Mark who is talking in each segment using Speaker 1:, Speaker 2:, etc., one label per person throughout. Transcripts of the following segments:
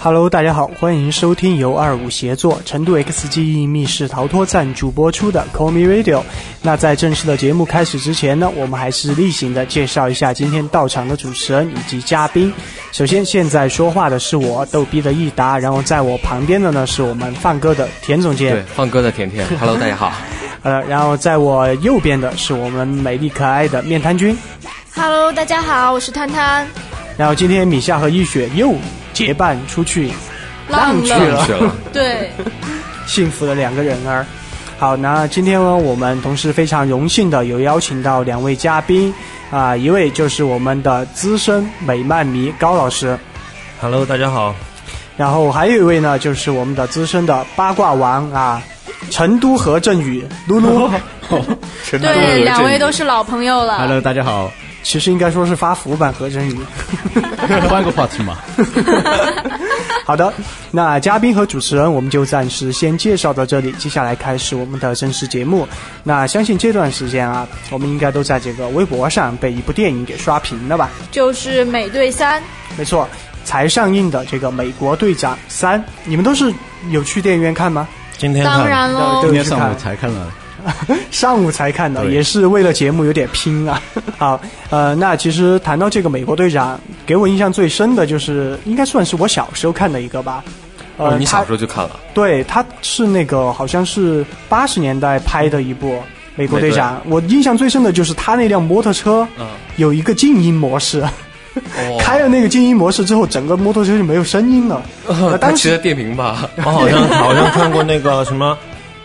Speaker 1: Hello，大家好，欢迎收听由二五协作成都 X 记忆密室逃脱赞助播出的 Call Me Radio。那在正式的节目开始之前呢，我们还是例行的介绍一下今天到场的主持人以及嘉宾。首先，现在说话的是我逗逼的益达，然后在我旁边的呢是我们放歌的田总监
Speaker 2: 对，，放歌的 甜甜，Hello，大家好。
Speaker 1: 呃，然后在我右边的是我们美丽可爱的面瘫君。
Speaker 3: Hello，大家好，我是摊摊，
Speaker 1: 然后今天米夏和一雪又结伴出去浪去了，
Speaker 2: 去了，
Speaker 3: 对，
Speaker 1: 幸福的两个人儿。好，那今天呢，我们同时非常荣幸的有邀请到两位嘉宾，啊、一位就是我们的资深美漫迷高老师，
Speaker 4: Hello，大家好，
Speaker 1: 然后还有一位呢，就是我们的资深的八卦王啊，成都何振宇噜噜，
Speaker 2: 成都
Speaker 3: 对，两位都是老朋友了。
Speaker 5: Hello，大家好，
Speaker 1: 其实应该说是发福版何振宇。
Speaker 5: 换个话题嘛。
Speaker 1: 好的，那嘉宾和主持人我们就暂时先介绍到这里，接下来开始我们的正式节目。那相信这段时间啊，我们应该都在这个微博上被一部电影给刷屏了吧？
Speaker 3: 就是美队三，
Speaker 1: 没错，才上映的这个《美国队长三》，你们都是有去电影院看吗？
Speaker 4: 今天
Speaker 3: 当
Speaker 4: 看
Speaker 3: 然喽
Speaker 1: 对，
Speaker 5: 今天上午才看了，
Speaker 1: 上午才看的，
Speaker 5: 对
Speaker 1: 也是为了节目有点拼啊。 好，呃，那其实谈到这个美国队长，给我印象最深的就是，应该算是我小时候看的一个吧。呃，
Speaker 2: 哦你
Speaker 1: 他
Speaker 2: 小时候就看了，
Speaker 1: 对，他是那个好像是八十年代拍的一部《美国队长》，我印象最深的就是他那辆摩托车
Speaker 2: 嗯，
Speaker 1: 有一个静音模式，
Speaker 2: 哦
Speaker 1: 开了那个静音模式之后，整个摩托车就没有声音了。
Speaker 2: 哦
Speaker 1: 当时
Speaker 2: 他骑的电瓶 吧？
Speaker 4: 我好像好像看过那个什么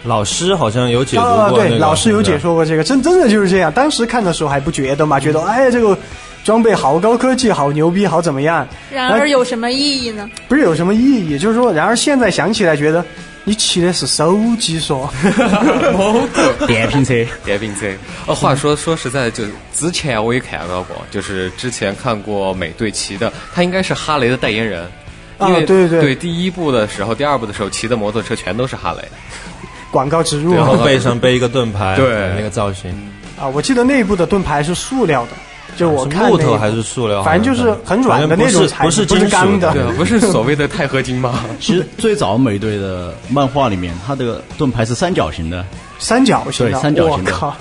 Speaker 4: 老师，好像有解读
Speaker 1: 啊，
Speaker 4: 过、那
Speaker 1: 对，
Speaker 4: 个
Speaker 1: 老师有解，说过这个，真真的就是这样。当时看的时候还不觉得嘛，觉得哎这个装备好高科技，好牛逼，好怎么样？
Speaker 3: 然而有什么意义呢？
Speaker 1: 不是有什么意义，就是说，然而现在想起来觉得。你骑的是手机说，
Speaker 5: 电瓶车，
Speaker 2: 电瓶车。哦，话说说实在，就之前我也看到过，就是之前看过美队骑的，他应该是哈雷的代言人。
Speaker 1: 啊
Speaker 2: 因为
Speaker 1: 对对
Speaker 2: 对第一部的时候，第二部的时候骑的摩托车全都是 哈雷。
Speaker 1: 广告植入
Speaker 4: 然
Speaker 1: 啊
Speaker 4: 后背上背一个盾牌，
Speaker 2: 对
Speaker 4: 那个造型，
Speaker 1: 啊！我记得那一部的盾牌是塑料的，就我看
Speaker 4: 啊是木
Speaker 1: 那
Speaker 4: 头
Speaker 1: 一部
Speaker 4: 还是塑料，
Speaker 1: 反正就是很软的
Speaker 4: 反正
Speaker 1: 那种材
Speaker 4: 不
Speaker 1: 质
Speaker 4: 是
Speaker 1: 不是
Speaker 4: 金属
Speaker 1: 钢的
Speaker 2: 对，啊不是所谓的钛合金吗？
Speaker 5: 其实最早美队的漫画里面，他的盾牌是三角形的，
Speaker 1: 三角形的，
Speaker 5: 对三角形的
Speaker 1: 我靠，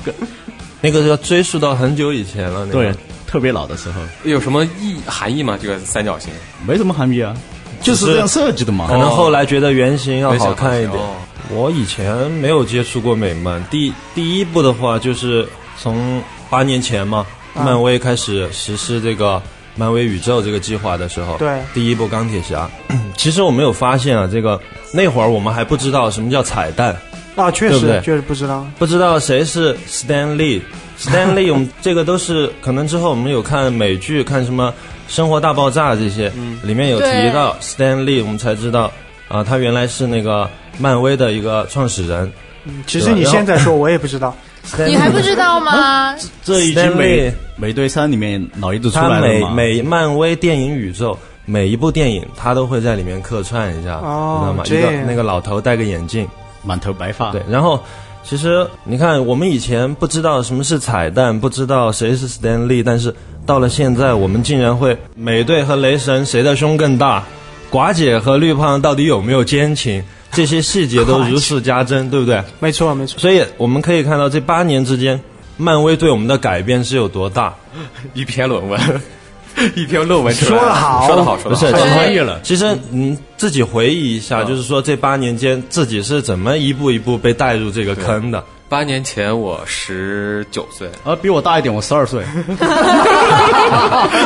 Speaker 4: 那个要追溯到很久以前了，那个
Speaker 5: 对，，特别老的时候，
Speaker 2: 有什么意含义吗？这个三角形
Speaker 5: 没什么含义啊，就是这样设计的嘛哦
Speaker 4: 可。能后来觉得哦原型要好看一
Speaker 2: 没
Speaker 4: 点
Speaker 2: 想到哦。
Speaker 4: 我以前没有接触过美漫，第第一部的话就是从八年前嘛，
Speaker 1: 啊
Speaker 4: 漫威开始实施这个漫威宇宙这个计划的时候，
Speaker 1: 对
Speaker 4: 第一部钢铁侠。 其实我没有发现啊，这个那会儿我们还不知道什么叫彩蛋，
Speaker 1: 啊，确
Speaker 4: 对不
Speaker 1: 实
Speaker 4: 对
Speaker 1: 确实不知道，
Speaker 4: 不知道谁是 Stan Lee，Stan Lee，我们这个都是可能之后我们有看美剧，看什么《生活大爆炸》这些，里面有提到 Stan Lee，我们才知道啊、他原来是那个漫威的一个创始人。
Speaker 1: 嗯其实你现在说我也不知道，
Speaker 2: 哎
Speaker 4: Stan
Speaker 3: 你还不知道
Speaker 2: 啊
Speaker 3: 吗？
Speaker 5: 这已经美
Speaker 4: Stanley
Speaker 5: 美队三里面老一直出
Speaker 4: 他
Speaker 5: 来了
Speaker 4: 每
Speaker 5: 嘛。
Speaker 4: 每漫威电影宇宙每一部电影，他都会在里面客串一下，
Speaker 1: 哦
Speaker 4: 你知道吗？
Speaker 1: 这
Speaker 4: 一个
Speaker 1: 样
Speaker 4: 那个老头戴个眼镜，
Speaker 5: 满头白发，
Speaker 4: 对，，然后。其实你看，我们以前不知道什么是彩蛋，不知道谁是 Stan Lee，但是到了现在，我们竟然会美队和雷神谁的胸更大，寡姐和绿胖到底有没有奸情，这些细节都如数家珍，对不对？
Speaker 1: 没错没错，
Speaker 4: 所以我们可以看到，这八年之间，漫威对我们的改变是有多大。
Speaker 2: 一篇论文， 一篇论文出来
Speaker 1: 说得好
Speaker 2: 说得好，说
Speaker 4: 不
Speaker 2: 得好。
Speaker 4: 是其实
Speaker 3: 穿越
Speaker 5: 了
Speaker 4: 其实嗯，自己回忆一下，就是说这八年间自己是怎么一步一步被带入这个坑的。
Speaker 2: 八年前我十九岁，
Speaker 5: 啊，比我大一点，我十二 岁，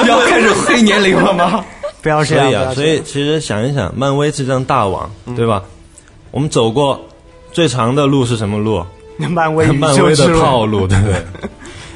Speaker 2: 要开始黑年龄了吗？
Speaker 1: 不要这样，嗯
Speaker 4: 所以
Speaker 1: 不
Speaker 4: 啊，
Speaker 1: 要
Speaker 4: 所
Speaker 1: 这
Speaker 4: 以
Speaker 1: 样。
Speaker 4: 其实想一想，漫威这张大网，对吧？我们走过最长的路是什么路？
Speaker 1: 漫威
Speaker 4: 漫
Speaker 1: 宇宙
Speaker 4: 威
Speaker 1: 之
Speaker 4: 的
Speaker 1: 路
Speaker 4: 套 路，对不对？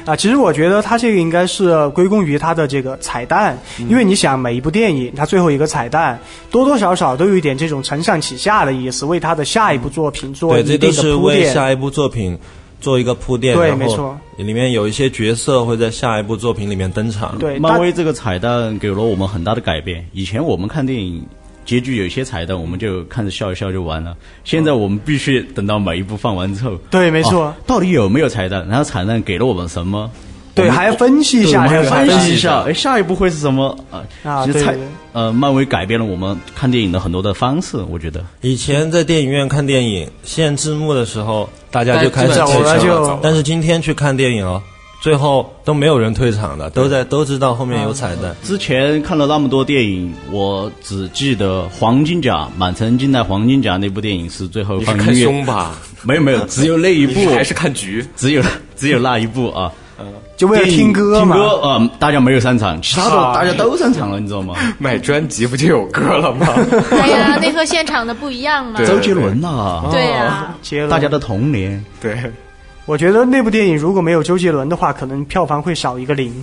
Speaker 1: 啊，其实我觉得它这个应该是归功于它的这个彩蛋，
Speaker 4: 嗯
Speaker 1: 因为你想每一部电影它最后一个彩蛋多多少少都有一点这种承上启下的意思，为它的下一部作品做
Speaker 4: 对，
Speaker 1: 一
Speaker 4: 这都
Speaker 1: 定的
Speaker 4: 是
Speaker 1: 铺
Speaker 4: 为
Speaker 1: 垫。
Speaker 4: 下一部作品做一个铺垫。
Speaker 1: 对
Speaker 4: 然后
Speaker 1: 没错
Speaker 4: 里面有一些角色会在下一部作品里面登场。
Speaker 1: 对，
Speaker 5: 漫
Speaker 1: 但
Speaker 5: 威这个彩蛋给了我们很大的改变。以前我们看电影，结局有一些彩蛋，我们就看着笑一笑就完了。现在我们必须等到每一部放完之后，
Speaker 1: 对没错
Speaker 4: 哦
Speaker 5: 啊到底有没有彩蛋？然后彩蛋给了我们什么？
Speaker 1: 对，还要分析一下这个
Speaker 5: 对我
Speaker 1: 彩
Speaker 5: 们
Speaker 1: 蛋，
Speaker 5: 分析一下，哎，下一步会是什么？呃
Speaker 1: 啊
Speaker 5: 其实
Speaker 1: 对
Speaker 5: 蔡
Speaker 1: 对
Speaker 5: 呃，漫威改变了我们看电影的很多的方式，我觉得。
Speaker 4: 以前在电影院看电影，限字幕的时候，大家就开始
Speaker 1: 基本上
Speaker 4: 退
Speaker 1: 我
Speaker 4: 场
Speaker 1: 们就
Speaker 4: 了但是今天去看电影哦，最后都没有人退场的，都在都知道后面有彩蛋。
Speaker 5: 之前看了那么多电影，我只记得《黄金甲》《满城尽带黄金甲》那部电影是最后
Speaker 2: 你是
Speaker 5: 放
Speaker 2: 看
Speaker 5: 音乐，
Speaker 2: 胸吧？
Speaker 5: 没有没有，只有那一
Speaker 2: 你
Speaker 5: 部
Speaker 2: 是，还是看局？
Speaker 5: 只有只有那一部啊。
Speaker 1: 就为了
Speaker 5: 电影
Speaker 1: 听歌嘛。
Speaker 5: 听歌啊、呃大家没有散场，其他的
Speaker 1: 啊
Speaker 5: 大家都散场了，你知道吗？
Speaker 2: 买专辑不就有歌了 吗？
Speaker 3: 哎呀，那和现场的不一样嘛。
Speaker 2: 对
Speaker 5: 周杰伦呐、啊，
Speaker 3: 对呀，
Speaker 1: 杰伦
Speaker 5: 大家的童年。
Speaker 2: 对，
Speaker 1: 我觉得那部电影如果没有周杰伦的话，可能票房会少一个零。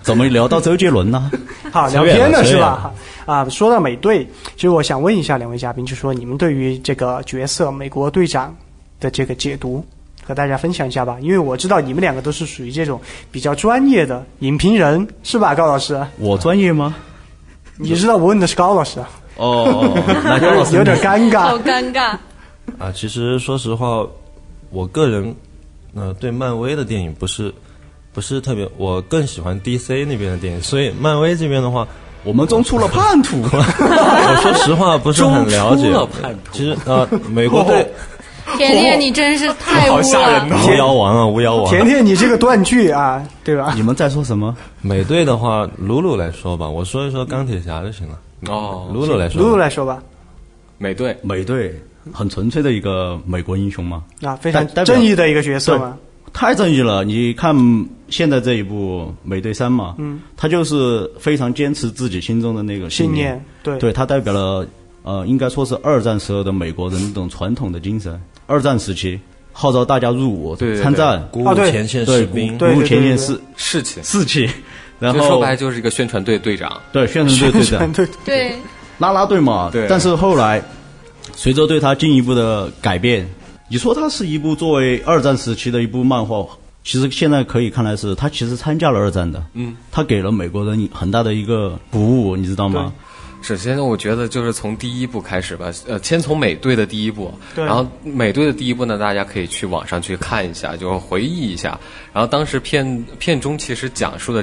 Speaker 5: 怎么聊到周杰伦呢？
Speaker 1: 好，聊
Speaker 4: 扯远
Speaker 1: 偏
Speaker 4: 了
Speaker 1: 了
Speaker 4: 扯
Speaker 1: 是
Speaker 4: 远
Speaker 1: 吧
Speaker 4: 了？
Speaker 1: 啊，说到美队，其实我想问一下两位嘉宾，就说你们对于这个角色美国队长的这个解读，和大家分享一下吧。因为我知道你们两个都是属于这种比较专业的影评人，是吧，高老师？
Speaker 5: 我专业吗？
Speaker 1: 你知道我问的是高老师，啊，
Speaker 5: 哦， 那 高老师
Speaker 1: 有点
Speaker 2: 哦
Speaker 1: 尴
Speaker 3: 好
Speaker 1: 尬。
Speaker 3: 尴尬。
Speaker 4: 啊，其实说实话，我个人呃对漫威的电影不是不是特别，我更喜欢 DC 那边的电影，所以漫威这边的话，
Speaker 5: 我们中出了叛徒。
Speaker 4: 我说实话不是很了解
Speaker 2: 中出了叛。徒
Speaker 4: 其实呃，美国队
Speaker 3: 甜甜，你真是太污
Speaker 2: 好吓人
Speaker 3: 了。
Speaker 2: 哦！
Speaker 4: 巫妖王啊，巫妖王，
Speaker 1: 甜甜，你这个断句啊，对吧？
Speaker 5: 你们在说什么？
Speaker 4: 美队的话，鲁鲁来说吧，我说一说钢铁侠就行了。
Speaker 2: 哦，
Speaker 4: 鲁鲁来说，
Speaker 1: 露露来说吧，
Speaker 2: 美队
Speaker 5: 美队很纯粹的一个美国英雄吗？
Speaker 1: 啊，非常
Speaker 5: 代代表
Speaker 1: 正义的一个角色
Speaker 5: 对
Speaker 1: 嘛。
Speaker 5: 太正义了！你看现在这一部《美队三》嘛，嗯，他就是非常坚持自己心中的那个
Speaker 1: 信
Speaker 5: 念
Speaker 1: 念，，对
Speaker 5: 对他代表了呃，应该说是二战时候的美国人那种传统的精神。二战时期号召大家入伍
Speaker 2: 对对对
Speaker 5: 参战，
Speaker 4: 鼓
Speaker 1: 啊
Speaker 4: 舞
Speaker 1: 对
Speaker 4: 前线
Speaker 5: 对
Speaker 4: 士兵，哦
Speaker 1: 对
Speaker 5: 鼓舞前线士
Speaker 2: 士气，
Speaker 5: 士气，然
Speaker 2: 就说
Speaker 5: 后
Speaker 2: 白了就是一个宣传队队长。
Speaker 5: 对宣传队队长
Speaker 1: 全 对
Speaker 3: 对，
Speaker 5: 拉拉队嘛，
Speaker 2: 对
Speaker 5: 但是后来，随着对他进一步的改变，你说它是一部作为二战时期的一部漫画，其实现在可以看来是他其实参加了二战的，嗯，他给了美国人很大的一个鼓舞，你知道吗？
Speaker 2: 首先，我觉得就是从第一部开始吧，呃，先从美队的第一部，
Speaker 1: 对
Speaker 2: 然后美队的第一部呢，大家可以去网上去看一下，就是回忆一下。然后当时片片中其实讲述的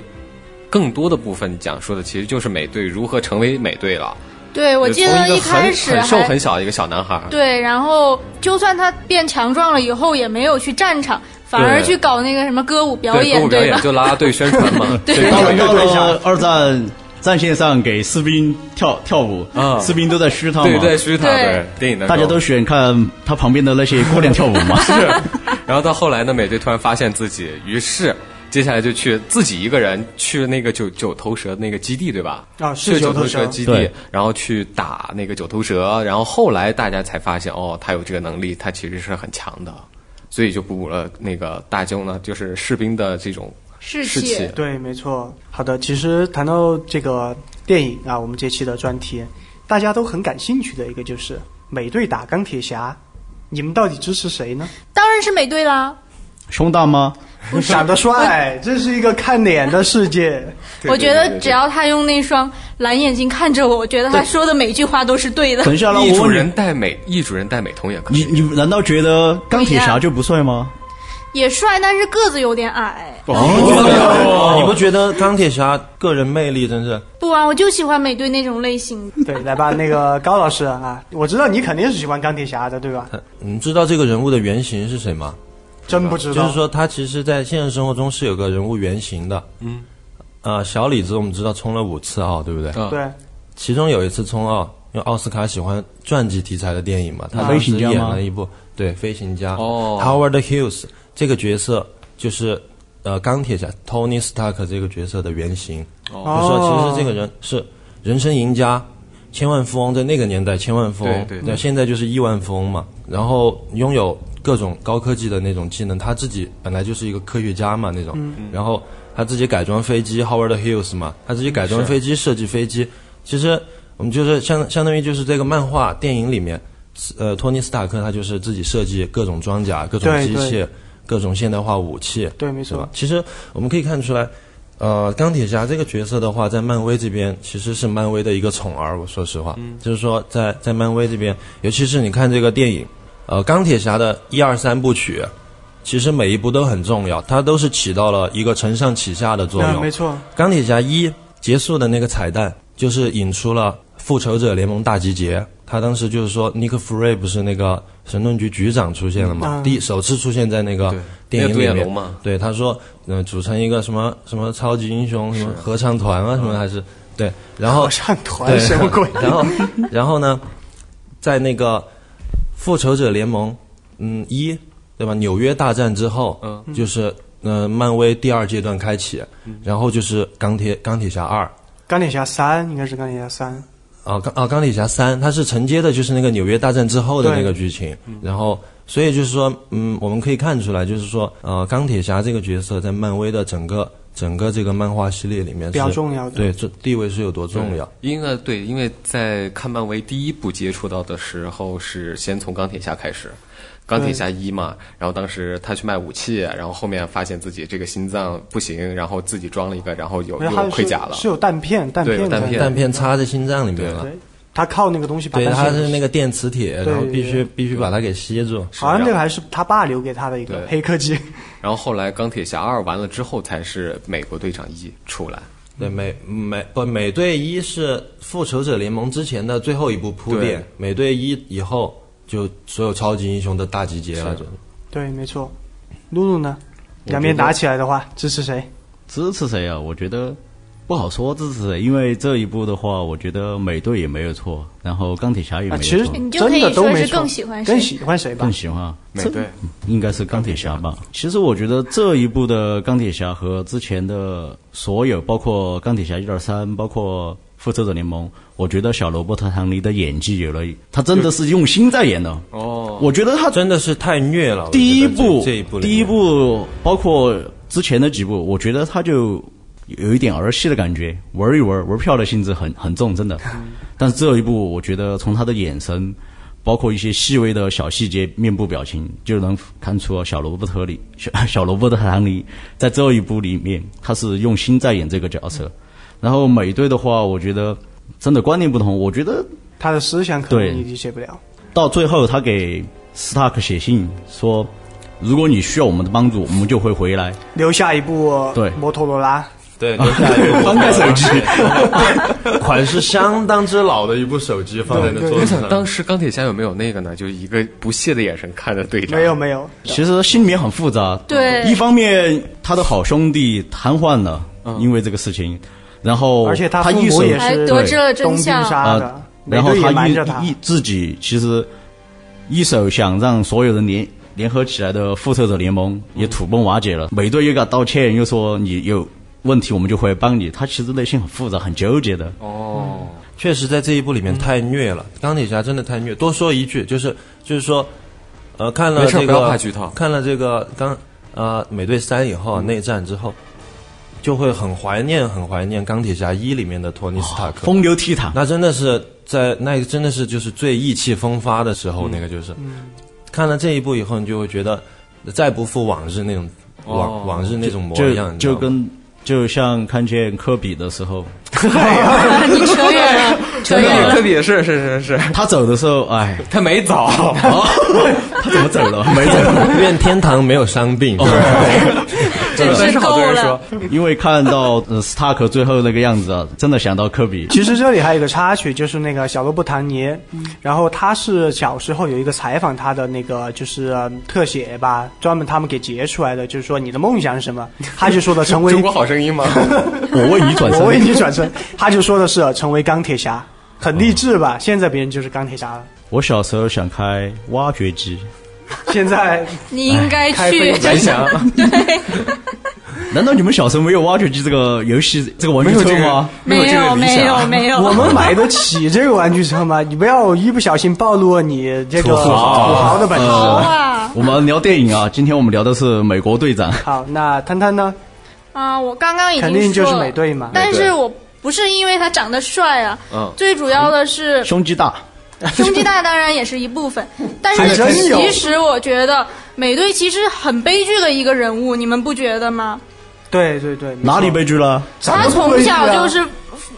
Speaker 2: 更多的部分，讲述的其实就是美队如何成为美队了。
Speaker 3: 对我记得
Speaker 2: 从一个
Speaker 3: 开始
Speaker 2: 很很瘦
Speaker 3: 还
Speaker 2: 很小的一个小男孩儿，
Speaker 3: 对，然后就算他变强壮了以后，也没有去战场，反而
Speaker 2: 对
Speaker 3: 去搞那个什么歌舞表
Speaker 2: 对，歌
Speaker 3: 演，
Speaker 2: 舞表演
Speaker 3: 吧？
Speaker 2: 就啦啦队宣传嘛，
Speaker 3: 对
Speaker 2: 对，
Speaker 5: 到
Speaker 2: 当
Speaker 5: 了
Speaker 2: 然
Speaker 5: 到了二战战线上给士兵跳跳舞，
Speaker 2: 啊
Speaker 5: 士兵都在虚他嘛，
Speaker 2: 对对，虚塔
Speaker 3: 对
Speaker 2: 对电影的时
Speaker 5: 大
Speaker 2: 候
Speaker 5: 家都选看他旁边的那些姑娘跳舞 嘛，
Speaker 2: 然后到后来呢，美队突然发现自己，于是接下来就去自己一个人去那个九九头蛇那个基地，对吧？
Speaker 1: 啊是
Speaker 2: 去
Speaker 1: 九
Speaker 2: 九
Speaker 1: 头
Speaker 2: 头
Speaker 1: 蛇
Speaker 2: 蛇基地
Speaker 5: 对，
Speaker 2: 然后去打那个九头蛇，然后后来大家才发现，哦，他有这个能力，他其实是很强的，所以就鼓舞了那个大军呢，就是士兵的这种
Speaker 3: 士
Speaker 2: 士
Speaker 3: 气
Speaker 2: 气。
Speaker 1: 对，没错。好的，其实谈到这个电影啊，我们这期的专题，大家都很感兴趣的一个就是美队打钢铁侠，你们到底支持谁呢？
Speaker 3: 当然是美队啦。
Speaker 5: 胸大吗？
Speaker 1: 长得帅，这是一个看脸的世界。
Speaker 2: 对
Speaker 3: 我觉得
Speaker 2: 对对
Speaker 3: 只要他用那双蓝眼睛看着我，我觉得他说的每句话都是对的。
Speaker 5: 等一下让
Speaker 2: 易
Speaker 5: 我
Speaker 2: 主
Speaker 5: 问
Speaker 2: 人
Speaker 5: 你，
Speaker 2: 戴美，易主人戴美瞳也可
Speaker 5: 你
Speaker 2: 以。
Speaker 5: 你难道觉得钢铁
Speaker 3: 不一
Speaker 5: 侠
Speaker 3: 样
Speaker 5: 就不帅吗？
Speaker 3: 也帅，但是个子有点矮。
Speaker 4: 哦，你不觉得钢铁侠个人魅力真是？
Speaker 3: 不啊，我就喜欢美队那种类型的。
Speaker 1: 对，来吧，那个高老师啊，我知道你肯定是喜欢钢铁侠的，对吧？
Speaker 4: 你知道这个人物的原型是谁吗？
Speaker 1: 真不知道，
Speaker 4: 就是说，他其实，在现实生活中是有个人物原型的。嗯。啊，小李子我们知道冲了五次奥，对不对？
Speaker 2: 嗯
Speaker 1: 对，
Speaker 4: 其中有一次冲奥，因为奥斯卡喜欢传记题材的电影嘛，他
Speaker 5: 飞
Speaker 4: 当时
Speaker 5: 行家吗
Speaker 4: 演了一部对《飞行家》
Speaker 2: 哦
Speaker 4: Howard Hughes 这个角色就是呃钢铁侠 Tony Stark 这个角色的原型。
Speaker 2: 哦
Speaker 4: 就
Speaker 1: 哦
Speaker 4: 说其实这个人是人生赢家、千万富翁，在那个年代千万富翁，
Speaker 2: 对对
Speaker 4: 那现在就是亿万富翁嘛。然后拥有各种高科技的那种技能，他自己本来就是一个科学家嘛那种，
Speaker 2: 嗯
Speaker 4: 然后他自己改装飞机，Howard Hughes 嘛，他自己改
Speaker 2: 嗯
Speaker 4: 装飞机、设计飞机。其实我们就是相相当于就是这个漫画电影里面，呃，托尼斯塔克他就是自己设计各种装甲、各种
Speaker 1: 对
Speaker 4: 机
Speaker 1: 对
Speaker 4: 械、各种现代化武器，
Speaker 1: 对，没
Speaker 4: 是吧
Speaker 1: 错？，
Speaker 4: 其实我们可以看出来，呃，钢铁侠这个角色的话，在漫威这边其实是漫威的一个宠儿。我说实话，
Speaker 1: 嗯
Speaker 4: 就是说在在漫威这边，尤其是你看这个电影，呃，钢铁侠的一二三部曲，其实每一部都很重要，它都是起到了一个承上启下的作
Speaker 1: 那
Speaker 4: 用。
Speaker 1: 嗯没错，
Speaker 4: 钢铁侠一结束的那个彩蛋，就是引出了复仇者联盟大集结。他当时就是说，尼克弗瑞不是那个神盾局局长出现了嘛？
Speaker 1: 嗯
Speaker 4: 第首次出现在那个
Speaker 2: 对
Speaker 4: 电影里
Speaker 2: 那个独眼
Speaker 4: 面
Speaker 2: 龙嘛
Speaker 4: 对，他说，嗯、组成一个什么什么超级英雄什么合唱团啊，什么还是对，然后
Speaker 1: 合唱团
Speaker 4: 对，
Speaker 1: 啊什么鬼？
Speaker 4: 然后，然后呢，在那个复仇者联盟，嗯，一对吧？纽约大战之后，嗯，就是嗯、呃漫威第二阶段开启，
Speaker 1: 嗯
Speaker 4: 然后就是钢铁钢铁侠二。
Speaker 1: 钢铁侠三应该是钢铁侠三，
Speaker 4: 啊，钢啊，钢铁侠三，它是承接的就是那个纽约大战之后的
Speaker 1: 对嗯
Speaker 4: 那个剧情，然后，所以就是说，嗯，我们可以看出来，就是说，呃，钢铁侠这个角色在漫威的整个整个这个漫画系列里面是
Speaker 1: 比较重要的
Speaker 4: 对，这地位是有多重要？
Speaker 2: 因为嗯对，因为在看漫威第一部接触到的时候是先从钢铁侠开始，钢铁侠一嘛，然后当时他去卖武器，然后后面发现自己这个心脏不行，然后自己装了一个，然后有
Speaker 1: 因为它
Speaker 2: 有
Speaker 1: 哎是
Speaker 2: 盔甲了，
Speaker 1: 是有弹片，弹
Speaker 2: 对
Speaker 1: 片
Speaker 2: 有
Speaker 1: 的
Speaker 2: 弹片
Speaker 4: 弹片插在心脏里面了，
Speaker 1: 对，他靠那个东西把
Speaker 4: 对，
Speaker 1: 它
Speaker 4: 它
Speaker 1: 吸
Speaker 4: 是那个电磁铁，
Speaker 1: 对
Speaker 4: 然后必
Speaker 1: 对
Speaker 4: 须必须把它给吸住。
Speaker 2: 是
Speaker 1: 好像
Speaker 2: 这样
Speaker 1: 这个还是他爸留给他的一个
Speaker 2: 对
Speaker 1: 黑科技，
Speaker 2: 然后后来钢铁侠二完了之后才是美国队长一出来，
Speaker 4: 对，美美不美队一是复仇者联盟之前的最后一部铺垫
Speaker 2: 对，
Speaker 4: 美队一以后就所有超级英雄的大集结了。
Speaker 2: 是
Speaker 4: 就
Speaker 1: 对，没错。露露呢？两边打起来的话，支持谁？
Speaker 5: 支持谁啊？我觉得不好说支持谁，因为这一部的话，我觉得美队也没有错，然后钢铁侠也没
Speaker 1: 啊，
Speaker 5: 有
Speaker 1: 其实啊
Speaker 5: 错，
Speaker 3: 你就可
Speaker 1: 真
Speaker 3: 以
Speaker 1: 的都
Speaker 3: 说
Speaker 1: 没
Speaker 3: 是
Speaker 1: 错
Speaker 3: 更喜欢谁
Speaker 1: 更喜欢谁吧
Speaker 5: 更？喜欢啊
Speaker 2: 美队
Speaker 5: 这应该是钢铁侠吧。其实我觉得这一部的钢铁侠和之前的所有，包括钢铁侠一二三，包括复仇者联盟，我觉得小罗伯特·唐尼的演技有了，他真的是用心在演的。
Speaker 2: 哦，
Speaker 5: 我觉得他
Speaker 4: 真的是太虐了。
Speaker 5: 第一
Speaker 4: 我觉得
Speaker 5: 部
Speaker 4: 这这一部里面
Speaker 5: 第一部包括之前的几部，我觉得他就有一点儿戏的感觉，玩一玩玩票的性质很很重，真的。但是这一部，我觉得从他的眼神，包括一些细微的小细节、面部表情，就能看出小罗伯特里小小罗伯特唐尼在这一部里面，他是用心在演这个角色。然后美队的话，我觉得真的观念不同，我觉得
Speaker 1: 他的思想可
Speaker 5: 对
Speaker 1: 能你理解不了。
Speaker 5: 到最后，他给斯塔克写信说：“如果你需要我们的帮助，我们就会回来。
Speaker 1: 留下一部
Speaker 5: 对
Speaker 1: 摩托罗拉，
Speaker 4: 对留下一部
Speaker 5: 翻
Speaker 1: 哎
Speaker 5: 盖手机，
Speaker 4: 款式相当之老的一部手机放在那桌
Speaker 2: 我
Speaker 4: 子
Speaker 2: 想
Speaker 1: 嗯
Speaker 4: 上，
Speaker 2: 当时钢铁侠有没有那个呢？就是一个不屑的眼神看着队长，
Speaker 1: 没有没有，”
Speaker 5: 其实心里面很复杂。
Speaker 3: 对
Speaker 5: 一方面他的好兄弟瘫痪了，因为这个事情，然后
Speaker 1: 嗯而且
Speaker 5: 他
Speaker 1: 他父
Speaker 5: 一
Speaker 1: 母
Speaker 5: 手
Speaker 1: 也
Speaker 3: 还
Speaker 1: 是
Speaker 3: 得知了
Speaker 1: 东
Speaker 3: 真
Speaker 1: 兵
Speaker 3: 相
Speaker 1: 杀的
Speaker 5: 啊，，
Speaker 1: 美
Speaker 5: 然后
Speaker 1: 队也
Speaker 5: 他
Speaker 1: 瞒
Speaker 5: 一
Speaker 1: 着他
Speaker 5: 一，自己其实一手想让所有人联联合起来的复仇者联盟也土崩瓦解了。美队又给他道歉，又说你有问题我们就会帮你。他其实内心很复杂，很纠结的。
Speaker 2: 哦，
Speaker 4: 确实在这一部里
Speaker 5: 嗯
Speaker 4: 面太虐了，钢铁侠真的太虐。多说一句，就是就是说，呃，看了
Speaker 2: 没事
Speaker 4: 这
Speaker 2: 不要
Speaker 4: 个
Speaker 2: 怕剧透
Speaker 4: 看了这个钢呃美队三以
Speaker 5: 嗯
Speaker 4: 后、内战之后，就会很怀念很怀念钢铁侠一里面的托尼斯塔克，
Speaker 5: 风流倜傥，
Speaker 4: 那真的是在那个真的是就是最意气风发的时候，
Speaker 5: 嗯
Speaker 4: 那个就是、看了这一部以后，你就会觉得再不复往日那种。往
Speaker 2: 哦
Speaker 4: 往日那种模
Speaker 5: 就
Speaker 4: 样，你知道
Speaker 5: 就
Speaker 4: 吗
Speaker 5: 跟就像看见科比的时候，
Speaker 1: 啊
Speaker 3: 你扯远了，扯
Speaker 2: 科
Speaker 3: 远
Speaker 2: 比
Speaker 3: 了。
Speaker 2: 科比也是是是是，
Speaker 5: 他走的时候，哎，
Speaker 2: 他 没走，
Speaker 5: 他怎么走 了？哦没走，
Speaker 4: 愿天堂没有伤病。
Speaker 2: 真的是好多人说，
Speaker 5: 因为看到呃斯塔克最后那个样子啊，真的想到科比。
Speaker 1: 其实这里还有一个插曲，就是那个小罗伯·唐尼，然后他是小时候有一个采访他的那个就是呃特写吧，专门他们给截出来的，就是说你的梦想是什么？他就说的成为
Speaker 2: 中国好声音吗？
Speaker 5: 我为你转
Speaker 1: 我为
Speaker 5: 身，
Speaker 1: 你转身，他就说的是呃成为钢铁侠，很励志吧？现在别人就是钢铁侠了，
Speaker 5: 我小时候想开挖掘机，
Speaker 1: 现在
Speaker 3: 你应该
Speaker 1: 开
Speaker 3: 去
Speaker 1: 飞
Speaker 2: 白翔，
Speaker 5: 难道你们小时候没有挖掘机这个游戏这个玩具车吗？
Speaker 2: 没有
Speaker 3: 没
Speaker 2: 这个
Speaker 3: 有
Speaker 2: 理
Speaker 3: 没有
Speaker 2: 想，
Speaker 3: 没有，
Speaker 1: 我们买得起这个玩具车吗？你不要一不小心暴露了你这个土豪的本质。
Speaker 3: 啊哇
Speaker 5: 我们聊电影啊，今天我们聊的是美国队长。
Speaker 1: 好，那摊摊呢？
Speaker 3: 啊！我刚刚已经
Speaker 1: 肯定就是
Speaker 3: 说了
Speaker 1: 美队嘛
Speaker 3: 但
Speaker 2: 美
Speaker 3: 是
Speaker 2: 队
Speaker 3: 我不是因为他长得帅啊，
Speaker 2: 嗯
Speaker 3: 最主要的 是
Speaker 5: 胸肌大，
Speaker 3: 胸肌大当然也是一部分，但是
Speaker 1: 还真有
Speaker 3: 其实我觉得美队其实很悲剧的一个人物，你们不觉得吗？
Speaker 1: 对对对，没错
Speaker 5: 哪里悲剧了？
Speaker 1: 长
Speaker 3: 他
Speaker 1: 得不
Speaker 3: 从
Speaker 1: 悲剧啊
Speaker 3: 小就是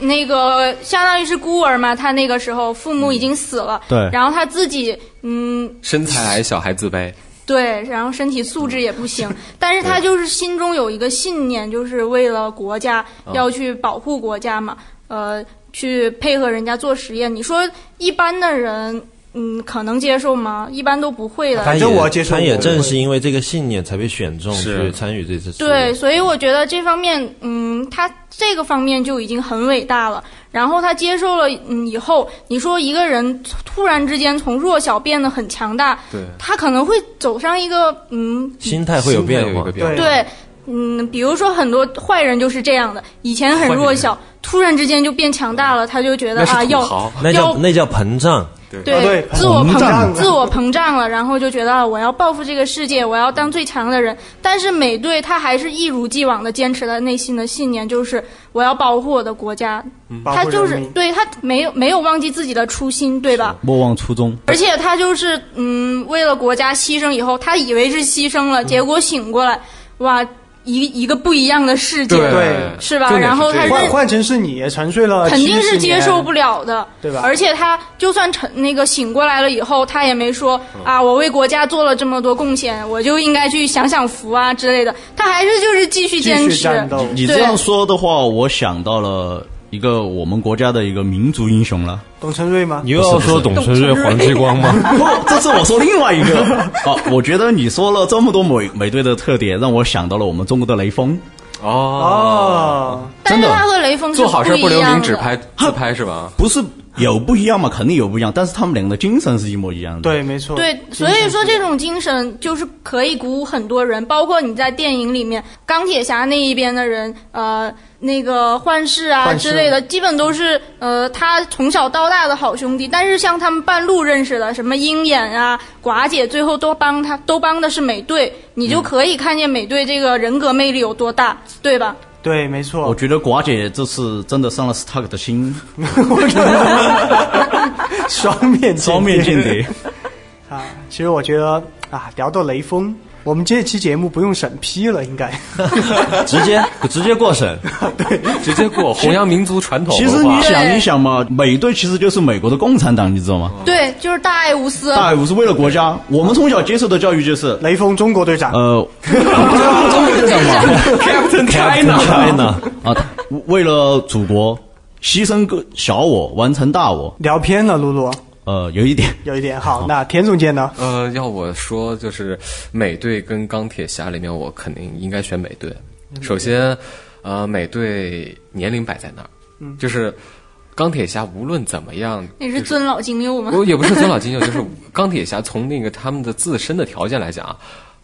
Speaker 3: 那个相当于是孤儿嘛，他那个时候父母已经死了，
Speaker 5: 对
Speaker 3: 然后他自己嗯
Speaker 2: 身材矮小还自卑，
Speaker 3: 对，然后身体素质也不行，但是他就是心中有一个信念，就是为了国家要去保护国家嘛，呃，去配合人家做实验。你说一般的人，嗯，可能接受吗？一般都不会
Speaker 4: 啊
Speaker 3: 的。
Speaker 1: 反正我接受
Speaker 4: 他也
Speaker 1: 我
Speaker 4: 正是因为这个信念才被选中
Speaker 2: 是
Speaker 4: 去参与这次实
Speaker 3: 对，
Speaker 4: 验。
Speaker 3: 所以我觉得这方面，嗯，他这个方面就已经很伟大了。然后他接受了，嗯，以后你说一个人突然之间从弱小变得很强大，
Speaker 2: 对，
Speaker 3: 他可能会走上一个，嗯，
Speaker 4: 心态会有变
Speaker 2: 心态有一
Speaker 4: 化
Speaker 2: 个。变化，
Speaker 1: 对
Speaker 3: 对，嗯，比如说很多坏人就是这样的，以前很弱小，突然之间就变强大了，他就觉得
Speaker 2: 那是
Speaker 3: 啊
Speaker 2: 土
Speaker 3: 要
Speaker 2: 豪，
Speaker 4: 那
Speaker 3: 要
Speaker 4: 叫那叫膨胀，
Speaker 3: 对,、
Speaker 1: 啊对
Speaker 3: 自我
Speaker 5: 膨
Speaker 3: 膨
Speaker 5: 胀
Speaker 3: 自我膨胀了，然后就觉得啊我要报复这个世界，我要当最强的人。但是美队他还是一如既往的坚持了内心的信念，就是我要保护我的国家。
Speaker 1: 保护
Speaker 3: 他就是
Speaker 1: 人民
Speaker 3: 对他没有没有忘记自己的初心，对吧？
Speaker 5: 莫忘初衷。
Speaker 3: 而且他就是嗯，为了国家牺牲以后，他以为是牺牲了，结果醒过来，哇，一一个不一样的世界。
Speaker 1: 对
Speaker 3: 是吧
Speaker 2: 重点
Speaker 3: 然后
Speaker 2: 这
Speaker 3: 他
Speaker 2: 个
Speaker 1: 换换成是你沉睡了，
Speaker 3: 肯定是接受不。了的，
Speaker 1: 对吧
Speaker 3: 而且他就算成那个醒过来了以后，他也没说
Speaker 1: 嗯
Speaker 3: 啊，我为国家做了这么多贡献，我就应该去享享福啊之类的，他还是就是继续
Speaker 1: 继
Speaker 3: 坚
Speaker 1: 续
Speaker 3: 持。
Speaker 1: 战斗，
Speaker 5: 你
Speaker 3: 对
Speaker 5: 这样说的话，我想到了一个我们国家的一个民族英雄了。
Speaker 1: 董存瑞吗
Speaker 4: 你？又要说董存瑞、黄继光吗？
Speaker 5: 不，这是我说另外一 个。啊，我觉得你说了这么多美美队的特点，让我想到了我们中国的雷锋。
Speaker 2: 哦，
Speaker 1: 哦，
Speaker 3: 但是
Speaker 5: 真的
Speaker 3: 他和雷锋是
Speaker 2: 做好事不
Speaker 3: 一
Speaker 2: 留
Speaker 3: 样
Speaker 2: 名，
Speaker 3: 的
Speaker 2: 只拍自拍是吧？
Speaker 5: 不是有不一样嘛？肯定有不一样，但是他们两个的精神是一模一样的。，
Speaker 1: 对，没错，
Speaker 3: 对，所以说这种精神就是可以鼓舞很多人，包括你在电影里面，钢铁侠那一边的人，呃，那个幻视啊
Speaker 1: 幻视
Speaker 3: 之类的，基本都是呃他从小到大的好兄弟。但是像他们半路认识的，什么鹰眼啊、寡姐，最后都帮他，都帮的是美队，你就可以看见美队这个人格魅力有多大，对吧？
Speaker 1: 对，没错。
Speaker 5: 我觉得寡姐这次真的上了 Stark 的心，
Speaker 1: 双面
Speaker 5: 双面间谍。
Speaker 1: 啊！其实我觉得啊，聊到雷锋，我们这期节目不用审批了，应该
Speaker 4: 直 接直接过审，
Speaker 2: 直接过弘扬民族传统
Speaker 5: 其实
Speaker 2: 文化
Speaker 5: 你，想一想嘛，美队其实就是美国的共产党，你知道吗？
Speaker 3: 对，就是大爱无私。啊
Speaker 5: 大爱无私，为了国家。我们从小接受的教育就是，
Speaker 1: 雷锋中国队长。
Speaker 5: 呃，
Speaker 4: 真开 呢开 呢，
Speaker 5: 啊，为了祖国牺牲个小我，完成大我。
Speaker 1: 聊偏了，露露
Speaker 5: 呃，有一点，
Speaker 1: 有一点好。那田总监呢？
Speaker 2: 呃，要我说就是美队跟钢铁侠里面，我肯定应该选美队。首
Speaker 5: 嗯
Speaker 2: 先，呃，美队年龄摆在那儿，就是钢铁侠无论怎么样，
Speaker 3: 你是尊老敬幼吗？
Speaker 2: 我也不是尊老敬幼，就是钢铁侠从那个他们的自身的条件来讲啊，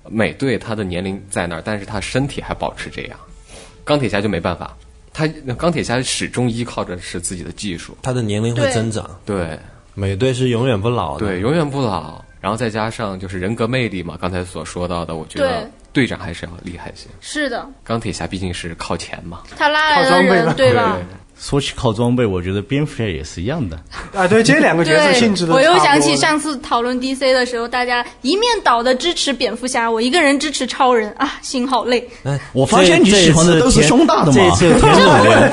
Speaker 2: 美队他的年龄在那儿，但是他身体还保持这样，钢铁侠就没办法，他钢铁侠始终依靠着是自己的技术，
Speaker 4: 他的年龄会
Speaker 3: 对
Speaker 4: 增长。
Speaker 2: 对
Speaker 4: 美队是永远不老的，
Speaker 2: 对，，永远不老，然后再加上就是人格魅力嘛，刚才所说到的，我觉得
Speaker 3: 对
Speaker 2: 队长还是要厉害些，
Speaker 3: 是的，
Speaker 2: 钢铁侠毕竟是靠前嘛，
Speaker 3: 他拉
Speaker 1: 靠
Speaker 3: 来的
Speaker 1: 装备
Speaker 3: 人
Speaker 1: 吧，
Speaker 3: 对吧？
Speaker 5: 说起靠装备，我觉得蝙蝠侠也是一样的。
Speaker 1: 啊，对，这两个角色
Speaker 3: 对，
Speaker 1: 性质都
Speaker 3: 我又
Speaker 1: 差不
Speaker 3: 想
Speaker 1: 多
Speaker 3: 起
Speaker 1: 了
Speaker 3: 上次讨论 DC 的时候，大家一面倒的支持蝙蝠侠，我一个人支持超人啊，心好累。
Speaker 4: 哎，
Speaker 5: 我发现
Speaker 4: 这
Speaker 5: 你喜欢的
Speaker 4: 这一次
Speaker 5: 都是
Speaker 4: 田
Speaker 5: 胸大的嘛
Speaker 4: 这一 次田总监，